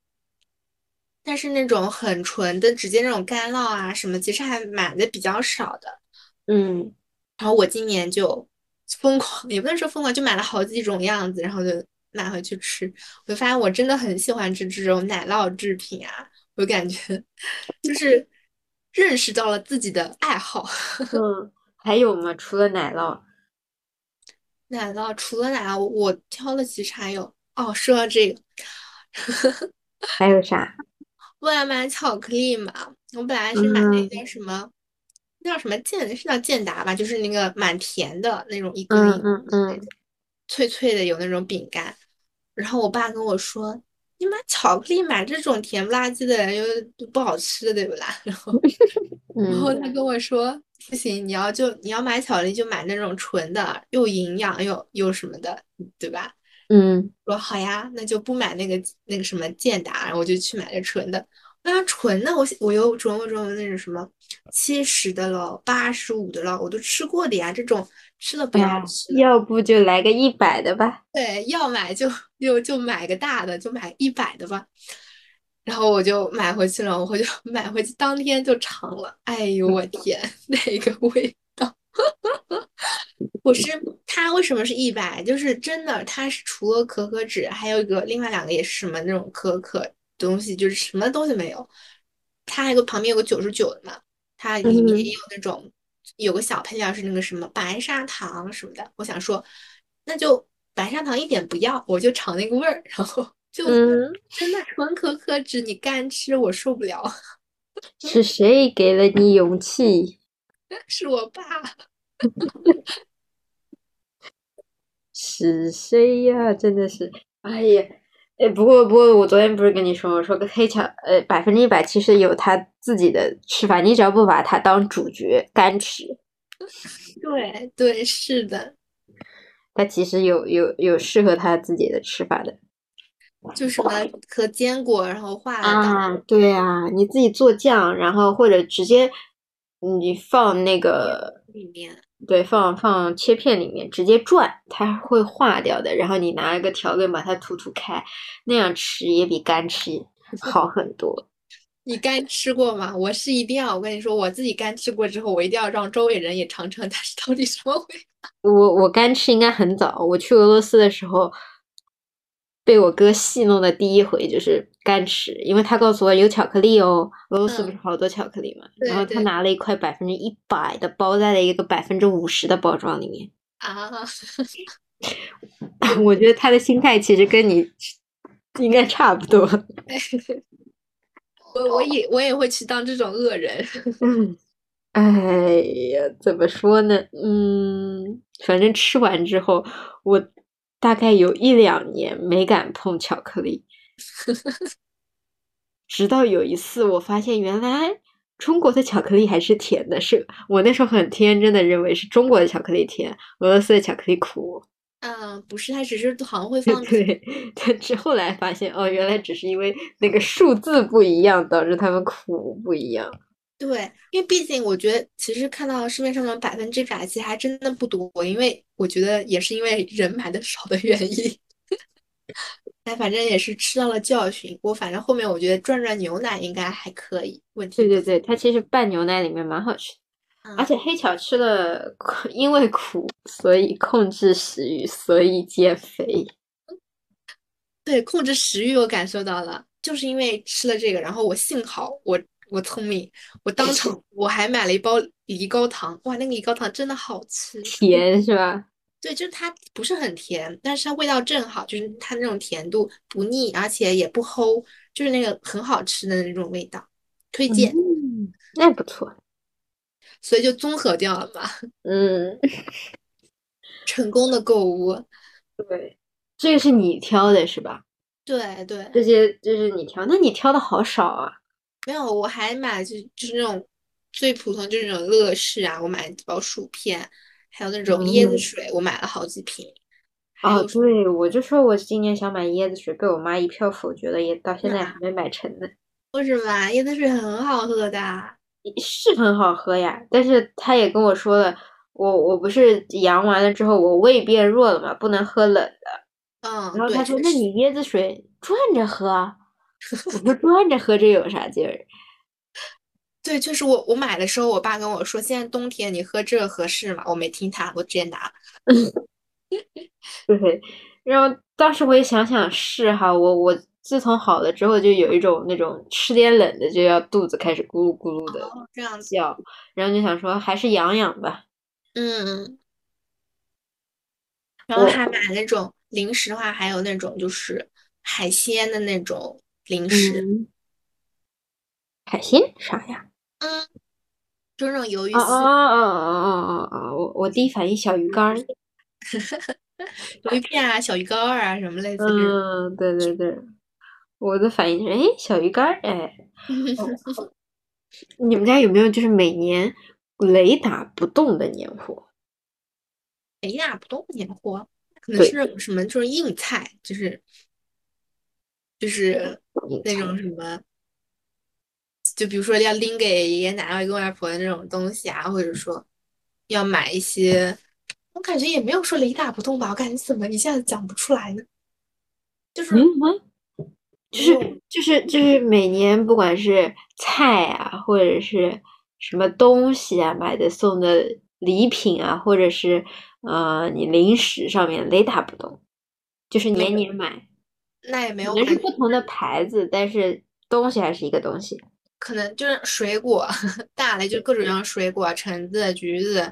但是那种很纯的，直接那种干酪啊什么，其实还买的比较少的。
嗯，
然后我今年就疯狂，也不能说疯狂，就买了好几种样子，然后就买回去吃。我就发现我真的很喜欢吃这种奶酪制品啊，我感觉 就是认识到了自己的爱好。
嗯，还有吗？除了奶酪，
奶酪除了奶酪，我挑了其实还有哦，说到这个
还有啥？
我也买巧克力嘛，我本来是买那个叫什么，那叫什么健，是叫健达吧，就是那个蛮甜的那种一根
嗯
一根
嗯嗯，
脆脆的，有那种饼干。然后我爸跟我说：“你买巧克力买这种甜不拉几的，又又不好吃的，对不啦？”然后，然后
嗯，
他跟我说：“不行，你要就你要买巧克力，就买那种纯的，又营养又又什么的，对吧？”
嗯，
我说好呀，那就不买那个那个什么健达，然后我就去买了纯的。那纯的我我又琢磨琢磨那种什么七十的咯，八十五的咯，我都吃过的呀，这种吃了不要
哎
吃了。
要不就来个一百的吧。
对，要买就就就买个大的，就买一百的吧。然后我就买回去了， 我就买回去当天就尝了，哎呦我天，那个味道！ 我是它为什么是一百？就是真的，它是除了可可脂，还有一个另外两个也是什么那种可可东西，就是什么东西没有。它还有个旁边有个九十九的嘛，它里面
嗯
也有那种有个小配料是那个什么白砂糖什么的。我想说，那就白砂糖一点不要，我就尝那个味儿，然后就
嗯，
真的纯可可脂，你干吃我受不了，
是谁给了你勇气？
是我爸。
是谁呀？真的是，哎呀，哎，不过不过，我昨天不是跟你说，我说个黑巧，呃，百分之一百其实有它自己的吃法，你只要不把它当主角干吃，
对哎对，是的，
它其实有有有适合它自己的吃法的。
就什么和坚果，然后化了糖。
啊，对啊，你自己做酱，然后或者直接你放那个，
里面，
对，放放切片里面直接转，它会化掉的。然后你拿一个调羹把它吐吐开，那样吃也比干吃好很多。
你干吃过吗？我是一定要，我跟你说，我自己干吃过之后，我一定要让周围人也尝 尝它是到底什么味道。
我我干吃应该很早，我去俄罗斯的时候，被我哥戏弄的第一回就是干吃，因为他告诉我有巧克力哦，俄罗斯不
嗯
是好多巧克力嘛，
对
然后他
对
拿了一块百分之一百的包在了一个百分之五十的包装里面，
啊，
我觉得他的心态其实跟你应该差不多，
我我也我也会去当这种恶人。
嗯， 哎呀，怎么说呢？嗯，反正吃完之后，我大概有一两年没敢碰巧克 力，直到有一次我发现原来中国的巧克力还是甜的，是我那时候很天真的认为是中国的巧克力甜，俄罗斯的巧克力苦。
嗯，不是，它只是好像会放
对，但是后来发现哦，原来只是因为那个数字不一样，导致它们苦不一样。
对，因为毕竟我觉得，其实看到市面上的百分之百，其实还真的不多，因为我觉得也是因为人买的少的原因。 哎，反正也是吃到了教训。我反正后面我觉得转转牛奶应该还可以，问题
对
不嗯
对对，它其实拌牛奶里面蛮好吃的，
大
而且黑巧吃了，因为苦， 所以控制食欲，所以减肥。
对，控制食欲我感受到了，就是因为吃了这个，然后我幸好我我聪明，我当场我还买了一包梨膏糖，哇，那个梨膏糖真的好吃，
甜是吧？
对，就是它不是很甜，但是它味道正好，就是它那种甜度不腻，而且也不齁，就是那个很好吃的那种味道，推荐，
嗯，那不错。
所以就综合掉了嘛，
嗯，
成功的购物，
对，这个是你挑的是吧？
对对，
这些这是你挑，那你挑的好少啊。
没有，我还买就就是那种最普通，就是那种乐事啊，我买了几包薯片，还有那种椰子
嗯
水，我买了好几瓶。还
哦，
有什
对，我就说我今年想买椰子水，被我妈一票否决了，也到现
么
在
啊？
还没买成呢。
为什么啊？椰子水很好喝的啊，
是很好喝呀，但是她也跟我说了，我我不是阳完了之后，我胃变弱了嘛，不能喝冷的。
嗯，
然后
对，
她说，
确
那
实，
你椰子水转着喝啊。我说转着喝这有啥劲儿？
对，确实我我买的时候，我爸跟我说，现在冬天你喝这个合适吗？我没听他，我直接拿。
对，然后当时我也想想是哈，我我自从好了之后，就有一种那种吃点冷的就要肚子开始咕噜咕噜的
哦，这样子，
叫，然后就想说还是养养吧。
嗯，然后
我
还买那种零食的话，还有那种就是海鲜的那种零食，
嗯，海鲜啥呀？
嗯，就是那种鱿鱼
啊
丝、
啊啊啊啊啊！啊！我我第一反应小鱼干儿。
鱿鱼片啊、小鱼干儿啊，什么类似这种。
哦嗯，对对对，我的反应是哎小鱼干儿哎。 你们家有没有就是每年雷打不动的年货？
哎呀，不动年货，可能是
对，
那种什么，就是硬菜，就是就是
硬
那
菜。
种什么，就比如说要拎给爷爷奶奶、外公外婆的那种东西啊，或者说要买一些，我感觉也没有说雷打不动吧，我感觉怎么一下子讲不出来呢？就
没
是
有吗？就
嗯没
是
有，
就是就是每年不管是菜啊，或者是什么东西啊，买的送的礼品啊，或者是呃你零食上面雷打不动，就是
没
年
有，
年买，
那也没
可
有，我
能是
感觉
不同的牌子，但是东西还是一个东西。
可能就是水果 大类，就各种各样的水果，橙子、橘子，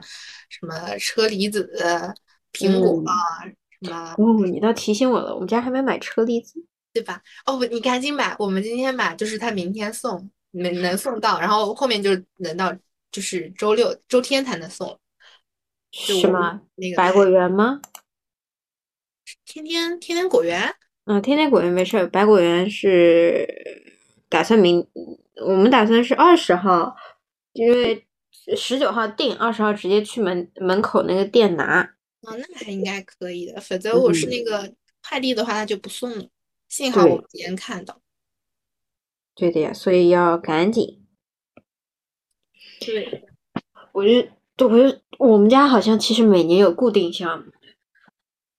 什么车厘子、苹果，
嗯，
什么。
哦，你倒提醒我了，我们家还没买车厘子。
对吧？哦不，你赶紧买，我们今天买，就是他明天送，能能送到，然后后面就能到，就是周六、周天才能送。就
什
我
么
那个
百果
牌，
园吗？
天天天天果园，
啊，天天果园没事儿，百果园是打算明，我们打算是二十号，因为十九号定，二十号直接去门门口那个店拿。
啊、那还应该可以的。否则我是
嗯，
那个快递的话，他就不送了。幸好我
对，
提前看到。
对的呀，所以要赶紧。
对，
我就，对，我就，我们家好像其实每年有固定项目。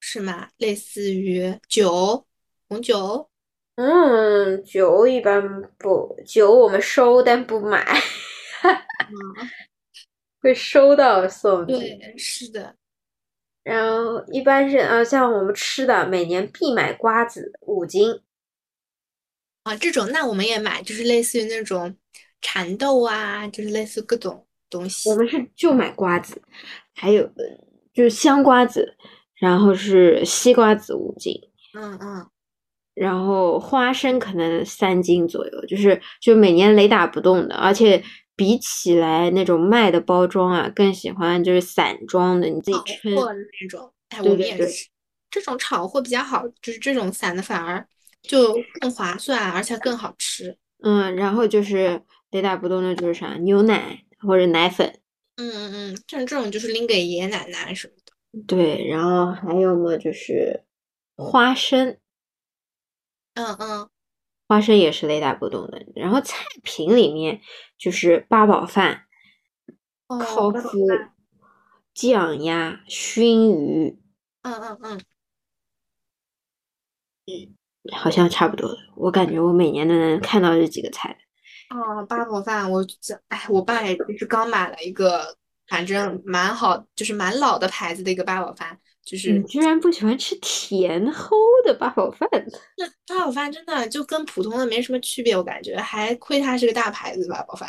是吗？类似于酒，红酒。
嗯，酒一般不，酒我们收但不买，
嗯，
会收到送你。
对，是的。
然后一般是，呃，像我们吃的，每年必买瓜子五斤。
啊，这种那我们也买，就是类似于那种蚕豆啊，就是类似各种东
我
西。
们是就买瓜子，还有呃就是香瓜子，然后是西瓜子五斤，
嗯嗯。
然后花生可能三斤左右，就是就每年雷打不动的，而且比起来那种卖的包装啊，更喜欢就是散装的，你自己
炒
称。
货的那种，哎，我
对
们
对
也
对，
是，这种炒货比较好，就是这种散的反而就更划算，而且更好吃。
嗯，然后就是雷打不动的就是啥，牛奶或者奶粉，
嗯嗯嗯，像这种就是拎给爷爷奶奶什么的。
对，然后还有嘛就是花生，
嗯嗯，
花生也是雷打不动的。然后菜品里面就是八宝饭、
哦，
烤
八宝
麸
饭、
酱鸭、熏鱼，
嗯嗯嗯，
好像差不多了。我感觉我每年都能看到这几个菜。
哦，八宝饭，我这，哎，我爸也就是刚买了一个，反正蛮好，就是蛮老的牌子的一个八宝饭，就是
你嗯居然不喜欢吃甜齁的八 宝饭？
八宝饭真的就跟普通的没什么区别，我感觉还亏它是个大牌子的八宝饭。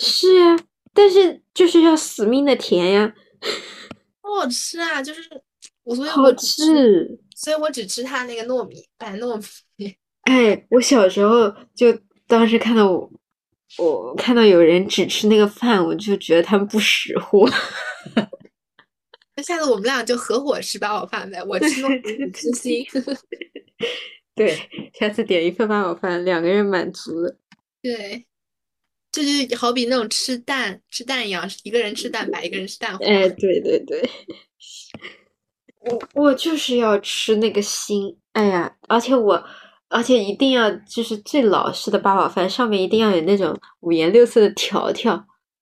是呀、但是就是要死命的甜呀、
不好吃啊，就是我，所以
好
我只吃，
吃。
所以我只吃它那个糯米板糯米。
哎，我小时候就当时看到我，我看到有人只吃那个饭，我就觉得他们不识货。
那下次我们俩就合伙吃八宝饭呗，我吃糯米，你吃心。
对，下次点一份八宝饭，两个人满足了。
对，这就好比那种吃蛋吃蛋一样，一个人吃蛋白，一个人吃蛋黄。
哎，对对对，我我就是要吃那个心，哎呀，而且我，而且一定要就是最老式的八宝饭，上面一定要有那种五颜六色的条条。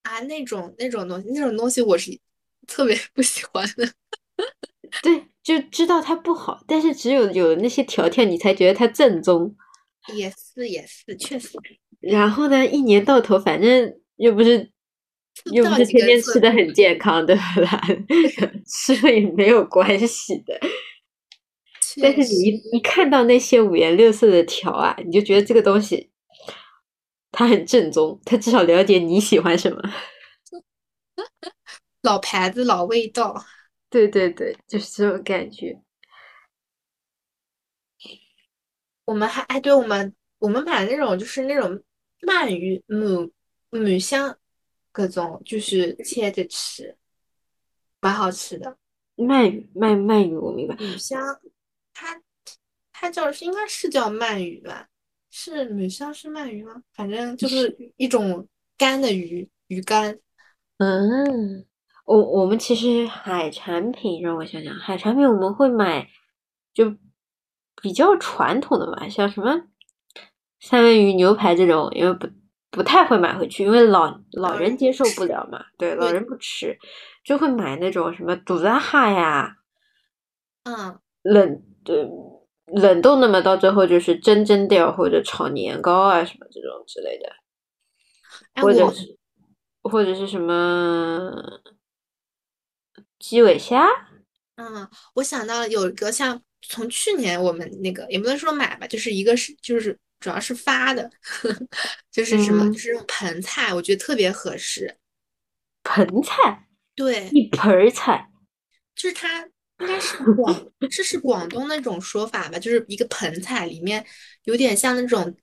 啊，那种那种东西，那种东西我是特别不喜欢的。
对，就知道它不好，但是只有有那些条条，你才觉得它正宗。
也是也是，确 实
然后呢，一年到头，反正又不是，
不
又
知
不
道
是
几
天
个
天
字
吃的很健康，对吧？ 吃了也没有关系的。但
确
是你
实
一一看到那些五颜六色的条啊，你就觉得这个东西它很正宗，它至少了解你喜欢什么。
老牌子老味道。
对对对，就是这种感觉。
我们还哎，对我们我们买那种就是那种鳗鱼母母香各种，就是切着吃，蛮好吃的。
鳗鱼，鳗鳗鱼，我明白。
母香，它它叫是应该是叫鳗鱼吧？是母香是鳗鱼吗？反正就是一种干的鱼，鱼干。
嗯，我我们其实海产品，让我想想，海产品我们会买就比较传统的吧，像什么三文鱼、牛排这种，因为不不太会买回去，因为老老
老
人
人
接受
吃
不了嘛，对，老
对
人不吃，就会买那种什么肚子哈呀，
嗯，
冷对冷冻的嘛，到最后就是蒸蒸掉或者炒年糕啊什么这种之类的，
哎，
或者
我
是或者是什么鸡尾虾。
嗯，我想到有一个像从去年我们那个也不能说买吧，就是一个是就是主要是发的， 就是什么
嗯
就是那种盆菜，我觉得特别合适。
盆菜，
对，
一盆儿菜。
就是它应该是广，这是广东那种说法吧，就是一个盆菜，里面有点像那种，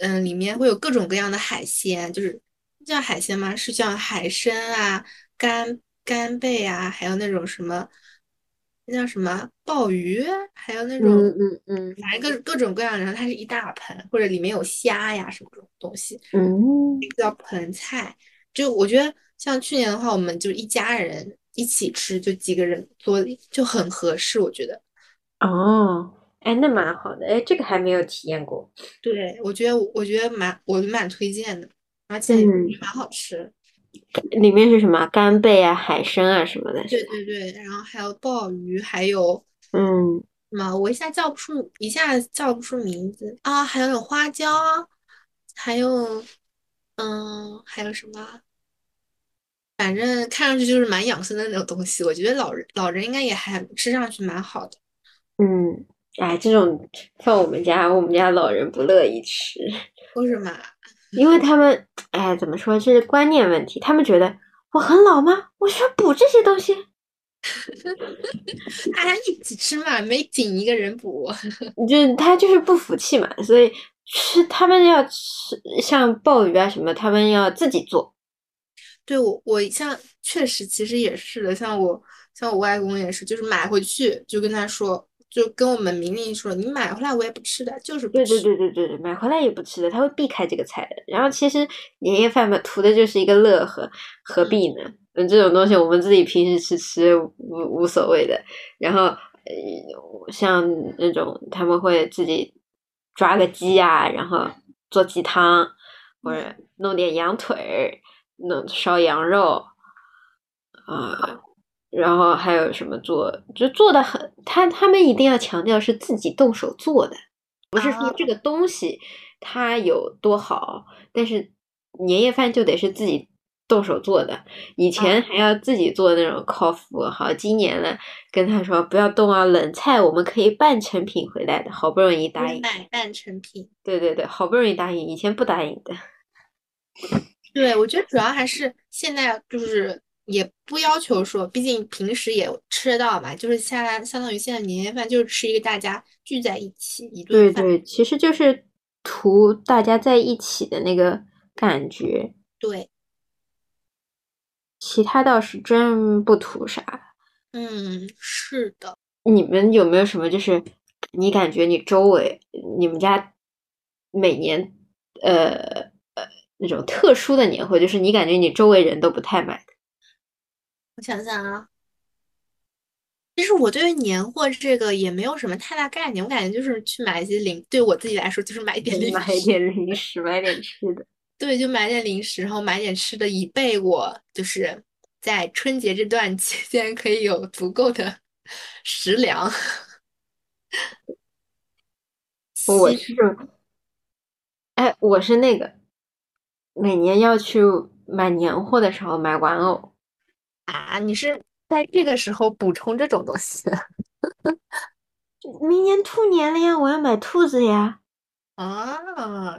嗯，里面会有各种各样的海鲜，就是叫海鲜吗？是叫海参啊、干干贝啊，还有那种什么，那叫什么鲍鱼，还有那种
嗯嗯
反正各各种各样的，然后它是一大盆，或者里面有虾呀什么这种东西。
嗯
叫盆菜，就我觉得像去年的话，我们就一家人一起吃，就几个人做就很合适，我觉得。
嗯，哦，哎，那蛮好的，哎，这个还没有体验过。
对，我觉得我觉得蛮我蛮推荐的，而且
嗯
蛮好吃。
里面是什么干贝啊、海参啊什么的，
对
是吧？
对对，然后还有鲍鱼，还有
嗯，
什么？我一下叫不出，一下叫不出名字啊，还有那种花椒，还有嗯，还有什么？反正看上去就是蛮养生的那种东西，我觉得老人老人应该也还吃上去蛮好的。
嗯，哎，这种放我们家，我们家老人不乐意吃，
为什么啊？
因为他们，哎，怎么说，这是观念问题。他们觉得我很老吗？我需要补这些东西。
大家一起吃嘛，没仅一个人补。
就是他就是不服气嘛，所以吃他们要吃像鲍鱼啊什么，他们要自己做。
对我，我像确实其实也是的，像我像我外公也是，就是买回去就跟他说，就跟我们明令说，你买回来我也不吃的，就是不
对对
吃。
对对对对，买回来也不吃的，他会避开这个菜的。然后其实年夜饭嘛，图的就是一个乐呵，何
嗯，
必呢？嗯，这种东西我们自己平时吃吃无无所谓的。然后呃，像那种他们会自己抓个鸡呀、然后做鸡汤，或者弄点羊腿儿，弄烧羊肉，啊、然后还有什么做，就做的很，他他们一定要强调是自己动手做的，不是说
啊
这个东西它有多好，但是年夜饭就得是自己动手做的。以前还要自己做那种烤麸，好，今年呢跟他说不要动啊，冷菜我们可以半成品回来的，好不容易答应，
买半成品。
对对对，好不容易答应，以前不答应的，
对，我觉得主要还是现在就是也不要求说，毕竟平时也吃得到嘛，就是下来相当于现在年夜饭就是吃一个大家聚在一起一
对
顿饭。
对，其实就是图大家在一起的那个感觉，
对，
其他倒是真不图啥。
嗯，是的。
你们有没有什么就是你感觉你周围你们家每年呃呃那种特殊的年会，就是你感觉你周围人都不太买
我想想啊，其实我对于年货这个也没有什么太大概念，我感觉就是去买一些零，对我自己来说就是买一点零
买一
食，
点零食，买点吃 的。
对，就买点零食，然后买点吃的，以备我就是在春节这段期间可以有足够的 食粮。
我
其
是，哎，我是那个每年要去买年货的时候买玩偶，
啊，你是在这个时候补充这种东西
明年兔年了呀，我要买兔子呀。
啊？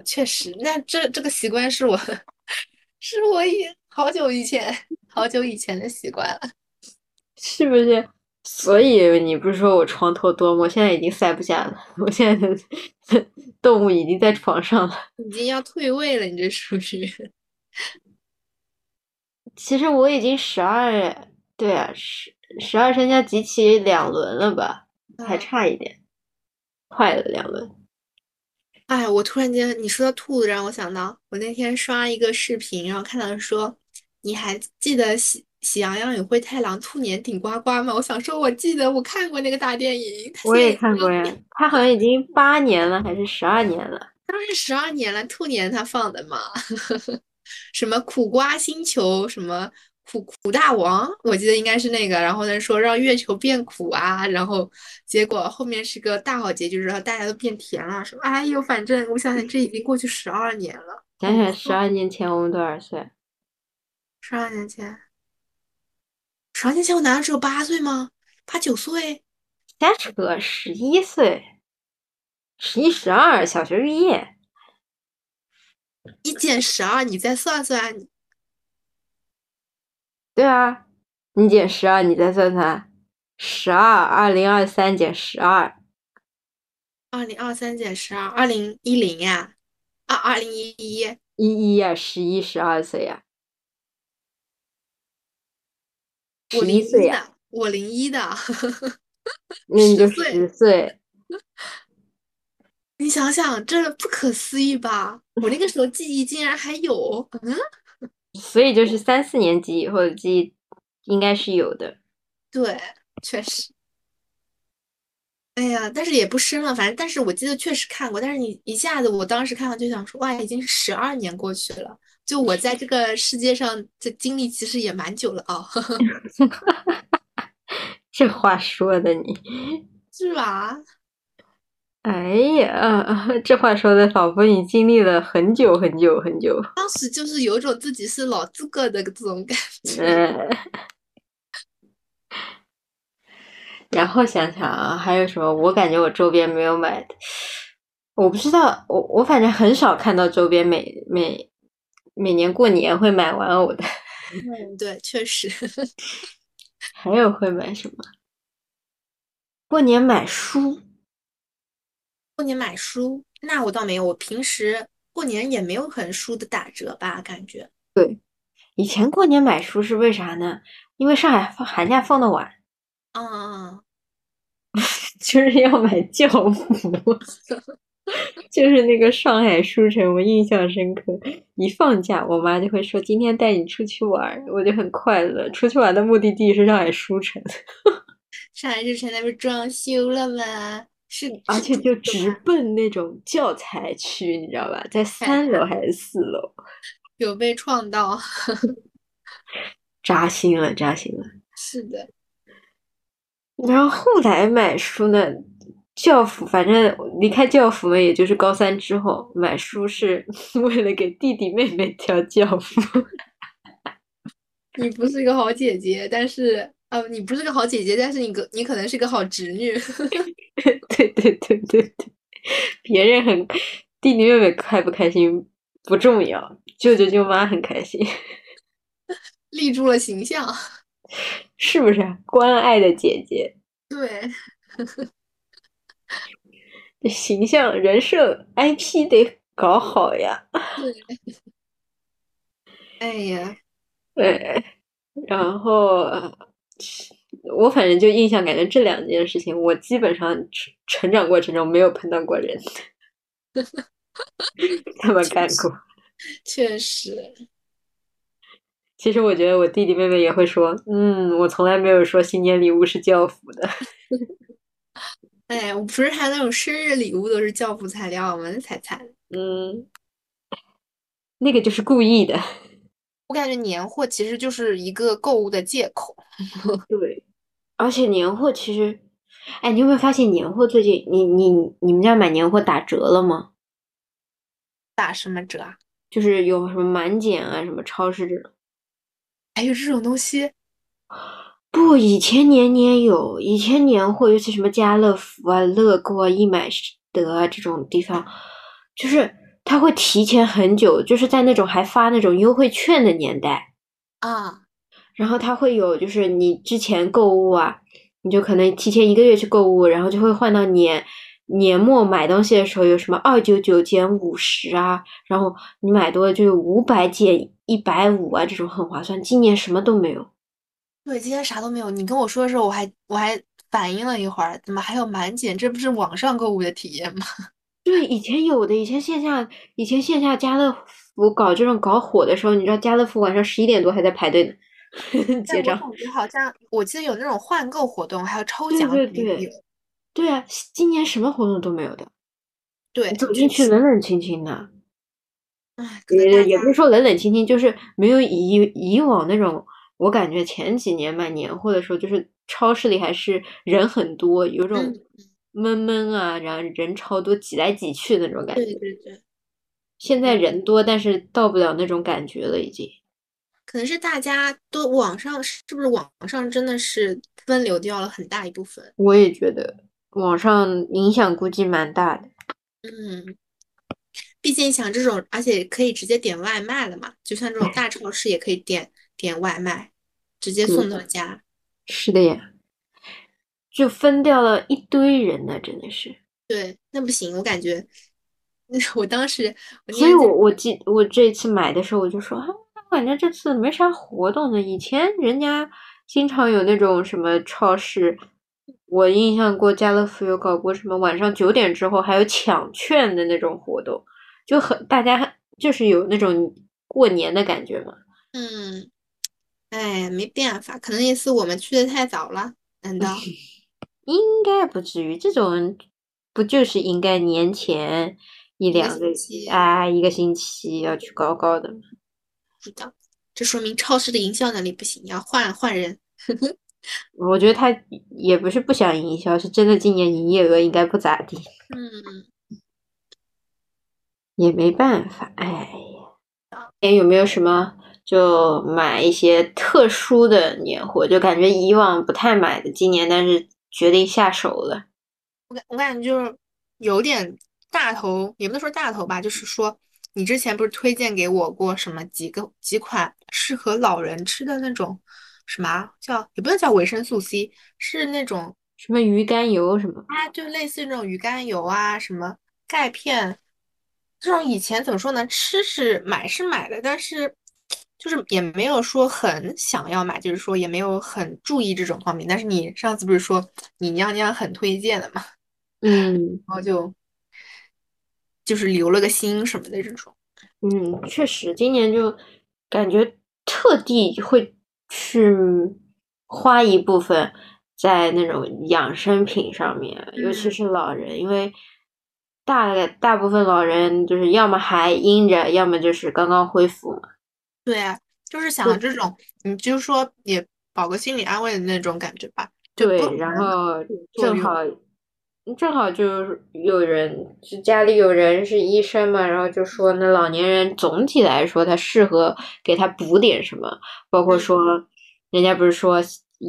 确实，那这这个习惯是我是我也好久以前好久以前的习惯了。
是不是？所以你不是说我床头多吗？我现在已经塞不下了，我现在的 动物已经在床上了。
已经要退位了，你这属 于
其实我已经十二，对啊，十十二生肖集齐两轮了吧，还
嗯
差一点，快了两轮。
哎，我突然间你说到兔子，让我想到我那天刷一个视频，然后看到说你还记得喜喜羊羊与灰太狼兔年顶呱呱吗？我想说，我记得我看过那个大电影，它
我
现
也
在
看过 呀，它好像已经八年了，还是十二年了。
当时十二年了，兔年它放的嘛， 什么苦瓜星球，什么苦苦大王，我记得应该是那个。然后呢，说让月球变苦啊，然后结果后面是个大好结局，然后大家都变甜了。说，哎呦，反正我想想，这已经过去十二年了，
想想十二年前我们多少岁？
十二年前，十二年前我难道只有八岁吗？八九岁？
瞎扯，十一岁，十一十二，小学毕业。
一减十二，你再算算，
对啊，你减十二，你再算算，十二，二零二三减十二，
二零二三减十二，二零一零呀，啊，二零一一。
一一呀，十一，十二岁呀、
我
十
零
一岁呀、
的，我零一的，
那你就
10岁
十岁。
你想想，这不可思议吧？我那个时候记忆竟然还有，嗯，
所以就是三四年级以后的记忆应该是有的。
对，确实。哎呀，但是也不深了，反正，但是我记得确实看过，但是你一下子，我当时看完就想说，哇，已经十二年过去了，就我在这个世界上这经历其实也蛮久了啊，
这话说的你，
是吧？
哎呀， 这话说的仿佛你经历了很久很久很久。
当时就是有一种自己是老资格的这种感觉。
嗯， 然后想想啊，还有什么？我感觉我周边没有买的，我不知道，我我反正很少看到周边每每每年过年会买玩偶的，
嗯，对，确实。
还有会买什么？过年买书，
过年买书，那我倒没有，我平时过年也没有很书的打折吧，感觉。
以前过年买书是为啥呢？因为上海放寒假放的晚，
嗯嗯
就是要买教辅， 就是那个上海书城，我印象深刻。一放假，我妈就会说：“今天带你出去玩儿。”我就很快乐。出去玩的目的地是上海书城。
嗯，上海之城那不是装修了吗？ 是，
而
是
且
这
就
个
直
吧
奔那种教材区，你知道吧？在三楼还是四楼？
有被创到。
扎心了，扎心了。
是的，
然后后来买书呢，教辅反正离开教辅嘛，也就是高三之后买书是 为了给弟弟妹妹挑教辅。
你不是个好姐姐，但是呃，你不是个好姐姐，但是你个你可能是个好侄女。
对对对对对，别人很弟弟妹妹开不开心不重要，舅舅舅妈很开心，
立住了形象。
是不是啊？关爱的姐姐，
对，
形象人设 IP 得搞好呀。
哎呀，
对，然后我反正就印象感觉这两件事情，我基本上成成长过程中没有碰到过人 这么干过。
确实，
其实我觉得我弟弟妹妹也会说，嗯，我从来没有说新年礼物是教辅的。
哎，我不是他那种生日礼物都是教辅材料吗？那才惨。
嗯，那个就是故意的。
我感觉年货其实就是一个购物的借口。
对，而且年货其实，哎，你有没有发现年货最近，你你你们家买年货打折了吗？
打什么折啊？
就是有什么满减啊，什么超市这种。
还哎有这种东西？
不，以前年年有，以前年货，尤其什么家乐福啊、乐购啊、易买得啊这种地方，就是他会提前很久，就是在那种还发那种优惠券的年代，
啊，
然后它会有，就是你之前购物啊，你就可能提前一个月去购物，然后就会换到年年末买东西的时候有什么二九九减五十啊，然后你买多了就有五百减一百五啊，这种很划算。今年什么都没有，
对，今天啥都没有。你跟我说的时候，我还我还反应了一会儿，怎么还有满减？这不是网上购物的体验吗？
对，以前有的，以前线下，以前线下家乐福搞这种搞火的时候，你知道家乐福晚上十一点多还在排队呢，
但
结
我
账。
感觉好像我记得有那种换购活动，还有抽
对
奖
对
也有。
对，对啊，今年什么活动都没有的，
对，
你走
确
进去
实
冷冷清清的。
哎，可能大
也也
家
不是说冷冷清清，就是没有以以往那种，我感觉前几年买年货的时候，就是超市里还是人很多，有种
嗯，
闷闷啊，然后人超多，挤来挤去的那种感
对
觉。
对对。
现在人多，但是到不了那种感觉了，已经。
可能是大家都网上是不是网上真的是分流掉了很大一部分？
我也觉得网上影响估计蛮大的。
嗯，毕竟像这种，而且可以直接点外卖了嘛，就像这种大
嗯
超市也可以点点外卖，直接送到家。
是的呀，就分掉了一堆人呢，真的是。
对，那不行，我感觉，我当时我那
所以
天
我我记我这次买的时候我就说，啊，我感觉这次没啥活动的。以前人家经常有那种什么超市，我印象过家乐福有搞过什么晚上九点之后还有抢券的那种活动，就很大家就是有那种过年的感觉嘛。
在嗯，哎，没办法，可能也是我们去的太早了，难 道？
应该不至于，这种不就是应该年前一
个
两
星
个
期
啊一个星期要去搞搞的吗？
是的，这说明超市的营销能力不行，要换换人。
我觉得他也不是不想营销，是真的今年营业额应该不咋地，
嗯，
也没办法。哎呀，哎，有没有什么就买一些特殊的年货？就感觉以往不太买的，今年但是决定下手了。
我感我感觉就是有点大头，也不能说大头吧，就是说你之前不是推荐给我过什么几个几款适合老人吃的那种什么啊叫也不能叫维生素 C，是那种
什么鱼肝油什么？
啊，就类似于那种鱼肝油啊，什么钙片，这种以前怎么说呢？吃是买是买的，但是就是也没有说很想要买，就是说也没有很注意这种方面。但是你上次不是说你娘娘很推荐的嘛，
嗯
然后就就是留了个心什么的这种。
嗯，确实，今年就感觉特地会去花一部分在那种养生品上面，尤其是老人，因为大大部分老人就是要么还阴着，要么就是刚刚恢复嘛。
对啊，就是想这种，你就说也保个心理安慰的那种感觉吧。就
对
不，
然
能
后
作
正
用
好正好就是有人就家里有人是医生嘛，然后就说那老年人总体来说他适合给他补点什么，包括
嗯
说人家不是说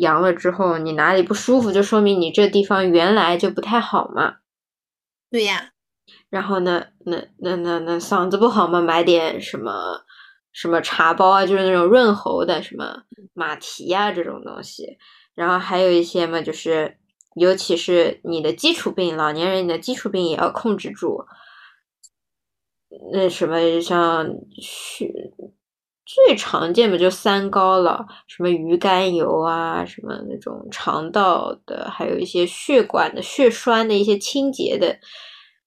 阳了之后你哪里不舒服，就说明你这地方原来就不太好嘛。
对呀，
然后呢，那那那那嗓子不好嘛，买点什么什么茶包啊，就是那种润喉的，什么马蹄啊这种东西。然后还有一些嘛，就是尤其是你的基础病，老年人你的基础病也要控制住。那什么像血最常见的就三高了，什么鱼肝油啊，什么那种肠道的，还有一些血管的血栓的一些清洁的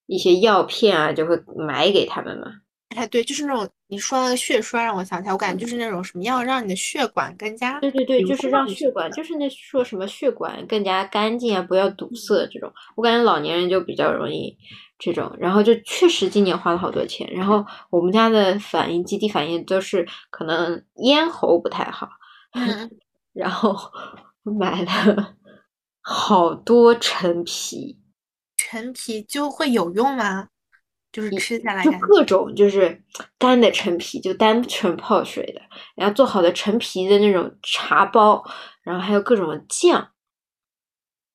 一些药片啊，就会买给他们嘛。
哎，对，就是那种你说那个血栓，让我想起来，我感觉就是那种什么样让你的血管更加
对对对，
流
就是让
畅
血管，就是那说什么血管更加干净啊，不要堵塞这种。我感觉老年人就比较容易这种，然后就确实今年花了好多钱。然后我们家的反应基地反应都是可能咽喉不太好，
嗯，
然后我买了 好多陈皮，
陈皮就会有用吗？就是吃下来
就
感觉，
各种就是干的陈皮，就单纯泡水的，然后做好的陈皮的那种茶包，然后还有各种酱，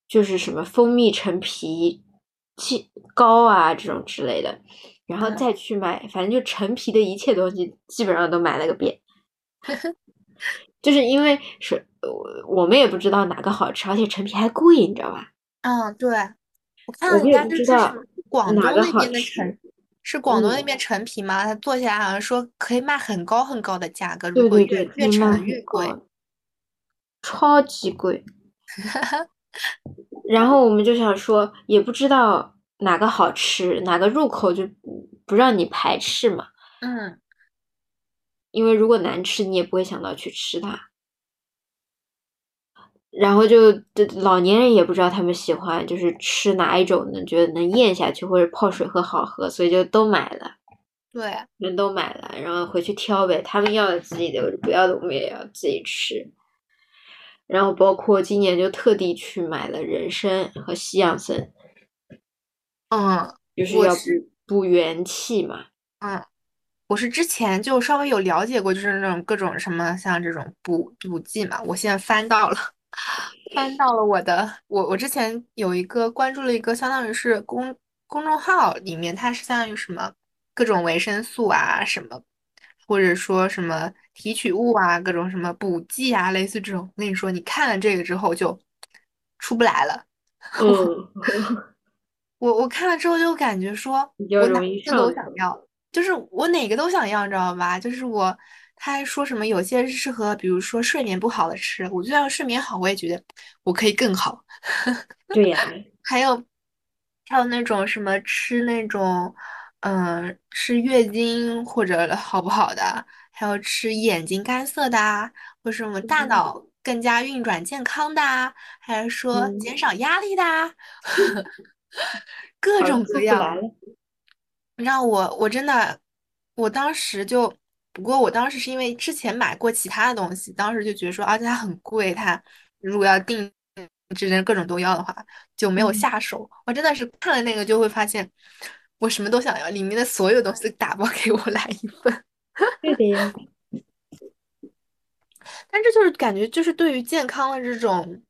就是什么蜂蜜陈皮鸡糕啊这种之类的，然后
嗯
再去买，反正就陈皮的一切东西基本上都买了个遍。就是因为是，呃我我们也不知道哪个好吃，而且陈皮还贵，你知道吧？
嗯，对，我看
我
人
也
家
不
就
知
是什
道
么广
哪
东
个
那
好
边的
吃
陈，是广东那
嗯
边陈皮吗？它做起来好像说可以卖很高很高的价格，如
对
果
对
越
对，可
越
以卖
陈
很
越贵。
高，超 级贵。然后我们就想说，也不知道哪个好吃，哪个入口就不不让你排斥嘛。
嗯，
因为如果难吃，你也不会想到去吃它。然后就这老年人也不知道他们喜欢就是吃哪一种呢，觉得能咽下去或者泡水喝好喝，所以就都买了，
对，
人都买了，然后回去挑呗。他们要的自己留着，不要的我们也要自己吃。然后包括今年就特地去买了人参和西洋参，
嗯
就是
我
要补
是
补元气 嘛。
嗯，我是之前就稍微有了解过，就是那种各种什么像这种补补剂嘛。我现在翻到了， 翻到了我的，我我之前有一个关注了一个，相当于是公公众号里面，它是相当于什么各种维生素啊什么，或者说什么提取物啊，各种什么补剂啊，类似这种。我跟你说，你看了这个之后就出不来了。
嗯，
我我看了之后就感觉说，
比较
我哪
容易
个都
上
想
头。
要，就是我哪个都想要，你知道吧？就是我，他还说什么有些是适合，比如说睡眠不好的吃，我就算睡眠好，我也觉得我可以更好。
对呀、
还有，还有那种什么吃那种，嗯、吃月经或者好不好的，还有吃眼睛干涩的啊，或是我们大
嗯
脑更加运转健康的啊，还是说
嗯
减少压力的啊， 各
好啊
种各
说不
样。
来 了。
你知道我，我真的，我当时就，不过我当时是因为之前买过其他的东西，当时就觉得说，而且它很贵，它如果要定制成各种都要的话，就没有
嗯
下手。我真的是看了那个就会发现，我什么都想要，里面的所有东西都打包给我来一份。
对的呀，
但这就是感觉就是对于健康的这种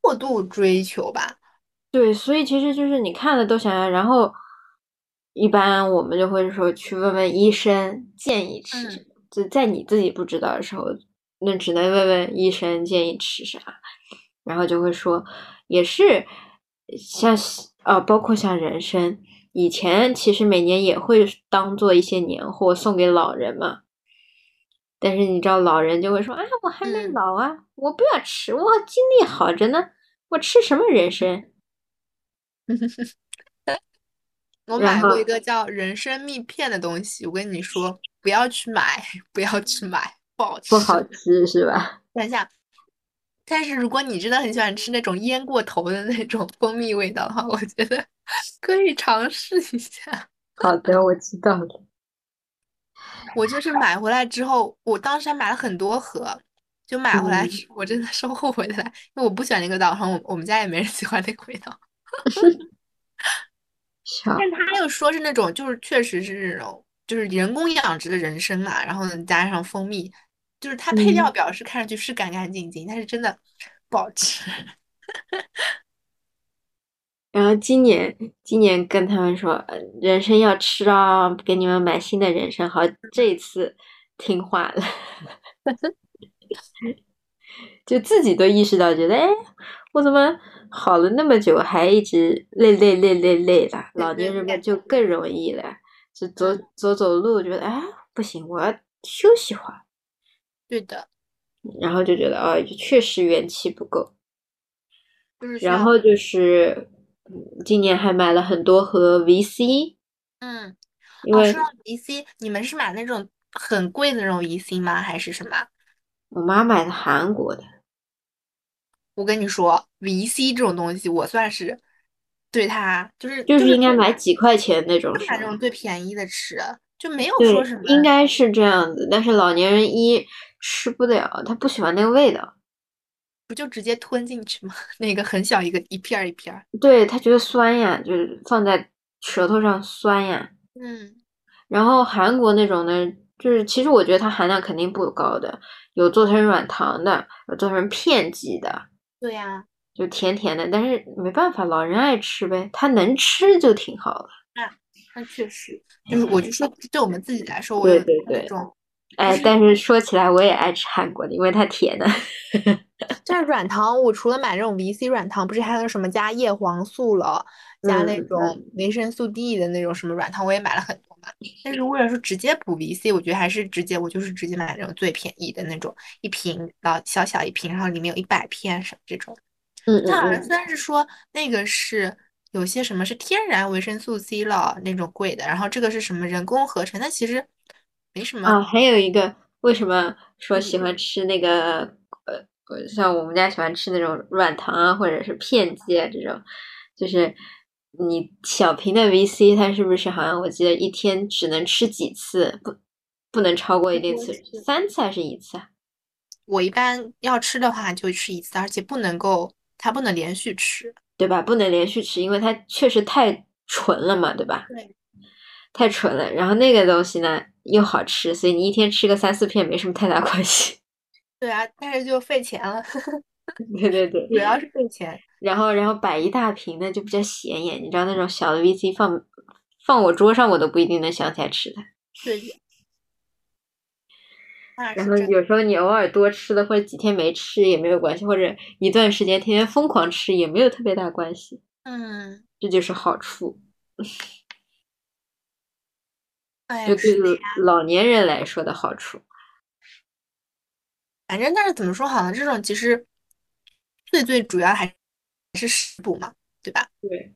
过度追求吧。
对，所以其实就是你看了都想要，然后一般我们就会说去问问医生建议吃什
嗯，
么，就在你自己不知道的时候，那只能问问医生建议吃啥，然后就会说也是像西呃，包括像人参，以前其实每年也会当做一些年货送给老人嘛。但是你知道，老人就会说啊，我还没
嗯
老啊，我不要吃，我精力好着呢，我吃什么人参？
我
然
买过一
后
个叫人参蜜片的东西，我跟你说，不 要去买，不要去买，不好
不
吃。
好吃是吧？
等一下，但是如果你真的很喜欢吃那种腌过头的那种蜂蜜味道的话，我觉得 可以尝试一下。
好的，我知道了。
我就是买回来之后，我当时还买了很多盒，就买回来
嗯
之后我真的是后悔的，因为我不喜欢那个味道，然后我我们家也没人喜欢那个味道。
好，
但他又说是那种，就是确实是那种，就是人工养殖的人参嘛，然后呢加上蜂蜜，就是它配料
嗯
表是看上去是干干净净，但是真的不好吃。
然后今年今年跟他们说，呃人参要吃啊，给你们买新的人参。好，这一次听话了， 就自己都意识到，觉得哎，我怎么好了那么久，还一直累累累累累了？
对
老
对
年人
对
们就更容易了，就走
嗯
走走路，觉得啊、不行，我要休息会儿，
对的，
然后就觉得哦，确实元气不够。
就是啊需
然
要，
后就是，嗯今年还买了很多盒 VC，
嗯，
因
哦，
为
说到 VC，你们是买那种很贵的那种 VC 吗？还是什么？
我妈买的韩国的，
我跟你说，VC 这种东西，我算是对它就是就
就
是是
应该买几块钱那种，
就买
是
那种
吧？
最便宜的吃，就没有说
对，
什么。
应该是这样子。但是老年人一吃不了，他不喜欢那个味道，
不就直接吞进去吗？ 那个很小一个一片儿一片儿。
对，他觉得酸呀，就是放在舌头上酸呀。
嗯，
然后韩国那种呢，就是其实我觉得它含量肯定不高的，有做成软糖的，有做成片剂的，
对呀、
就甜甜的，但是没办法，老人爱吃呗，他能吃就挺好了。
那确实，就是我就说，对我们自己来说，我
哎对
有
对
那
对
种，
哎，但是说起来，我也爱吃韩国的，因为它甜的。
但是软糖，我除了买这种 VC 软糖，不是还有什么加叶黄素了，加那
嗯
种维生素 D 的那种什么软糖，我也买了很多嘛。但是如果要说直接补 VC，我觉得还是直接，我就是直接买那种最便宜的那种，一瓶，然后小小一瓶，然后里面有一百片什么这种。
嗯嗯
它好像
嗯，
虽然是说那个是有些什么是天然维生素 C 了那种贵的，然后这个是什么人工合成，但其实没什么。
啊，还有一个，为什么说喜欢吃那个呃，呃像我们家喜欢吃那种软糖啊，或者是片剂啊这种，就是你小瓶的 VC，它是不是好像我记得一天只能吃几次，不不能超过一定次，三次还是一次啊？
我一般要吃的话就吃一次，而且不能够，它不能连续吃。
对吧？不能连续吃，因为它确实太纯了嘛，对吧？
对，
太纯了。然后那个东西呢又好吃，所以你一天吃个三四片没什么太大关系。
对啊，但是就费钱了，
对对对。
主要是费钱。
然后然后摆一大瓶的就比较显眼，你知道那种小的 VC 放放我桌上我都不一定能想起来吃它。
对的，那
然
啊是
后
真的。
有时候你偶尔多吃了或者几天没吃也没有关系，或者一段时间天天疯狂吃也没有特别大关系，
嗯，
这就是好处。
哎
就
呀，
对
是的。
老年人来说的好处。
反正但是怎么说，好像这种其实最最主要还是食补嘛，对吧？
对，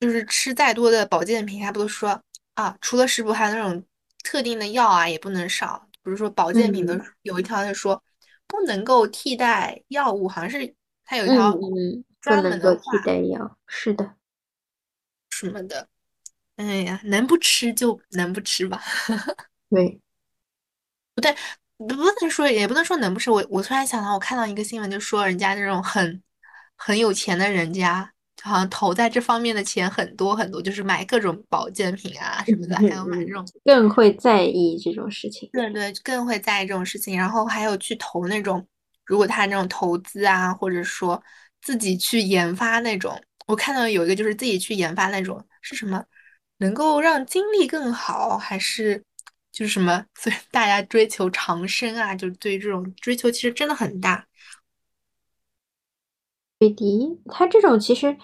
就是吃再多的保健品，他不都说啊，除了食补，还有那种特定的药啊，也不能少。比如说保健品都
嗯
有一条就说不能够替代药物，好像是它有一
嗯
条
嗯，不
专
能
门的
够
话
替代药，是的，
什么的。哎呀，能不吃就能不吃吧，
对，
不不能说也不能说能不吃。我我突然想到，我看到一个新闻，就说人家这种很很有钱的人家，好像投在这方面的钱很多很多，就是买各种保健品啊什么的，还有买这种。
更会在意这种事情。
对对，更会在意这种事情，然后还有去投那种，如果他那种投资啊，或者说自己去研发那种，我看到有一个就是自己去研发那种是什么，能够让精力更好，还是就是什么， 所以大家追求长生啊，就对这种追求其实真的很大。
对的，他这种其实，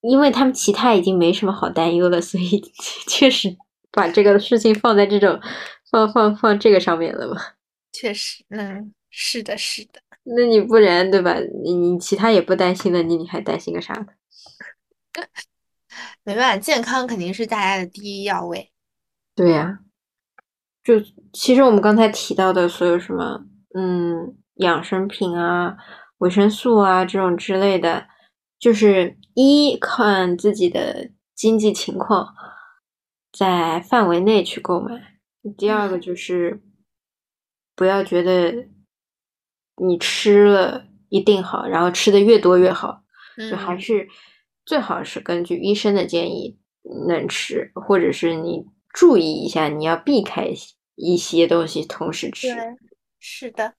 因为他们其他已经没什么好担忧了，所以 确实把这个事情放在这种放放放这个上面了嘛。
确实，嗯，是的，是的，
那你不然对吧？你你其他也不担心了，你你还担心个啥呢？
没办法，健康肯定是大家的第一要位。
对呀、就其实我们刚才提到的所有什么，嗯，养生品啊、维生素啊这种之类的，就是一看自己的经济情况，在范围内去购买。第二个就是不要觉得你吃了一定好，然后吃的越多越好，就还
嗯
是最好是根据医生的建议能吃，或者是你注意一下，你要避开一些东西同时吃
对。，是的，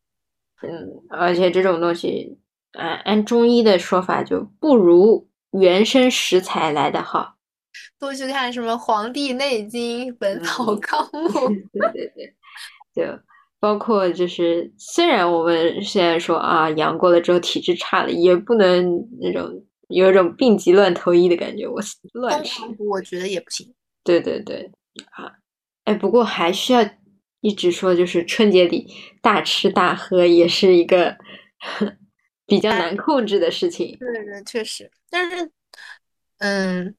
嗯，而且这种东西，按按中医的说法，就不如原生食材来的 好。
多去看什么《黄帝内经》《本草
嗯
纲目》
对对对，就包括就是，虽然我们现在说啊，阳过了之后体质差了，也不能那种有一种病急乱投医的感觉，我 乱
疯
吃。
狂补我觉得也不行。
对对对，啊，哎，不过还需要一直说，就是春节里大吃大喝也是一个比较难控制的事情。
对对，确实，但是，嗯，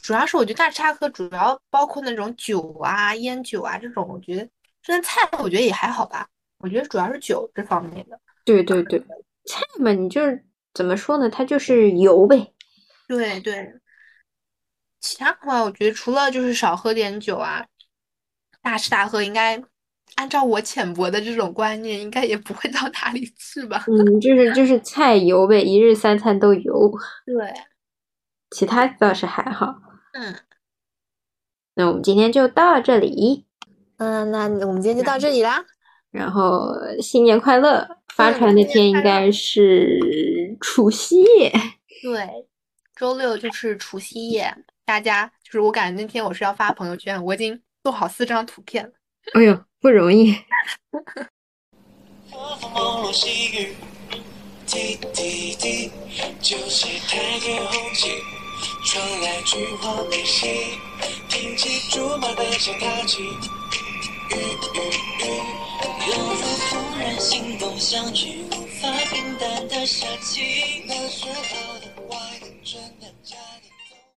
主要是我觉得大吃大喝，主要包括那种酒啊、烟酒啊这种，我觉得这菜我觉得也还好吧。我觉得主要是酒这方面的。
对对对，菜嘛，你就是怎么说呢？它就是油呗。
对对，其他的话，我觉得除了就是少喝点酒啊，大吃大喝，应该按照我浅薄的这种观念，应该也不会到哪里去吧。
嗯，就是就是菜油呗，一日三餐都油，
对，
其他倒是还好。
嗯
那我们今天就到这里，
嗯，那我们今天就到这里啦。
然后新年快乐！发
嗯
传的
新年
天应
快乐
该是除夕夜。
对，周六就是除夕夜，大家就是我感觉那天我是要发朋友圈，我已经做好四张图片了。
哎呦，不容易。
风忙碌细雨，滴滴滴，就是太阳红旗，传来菊花片息，挺起竹马奔向大气。雨雨雨，犹如怦然心动相聚，无法平淡的杀气，难说好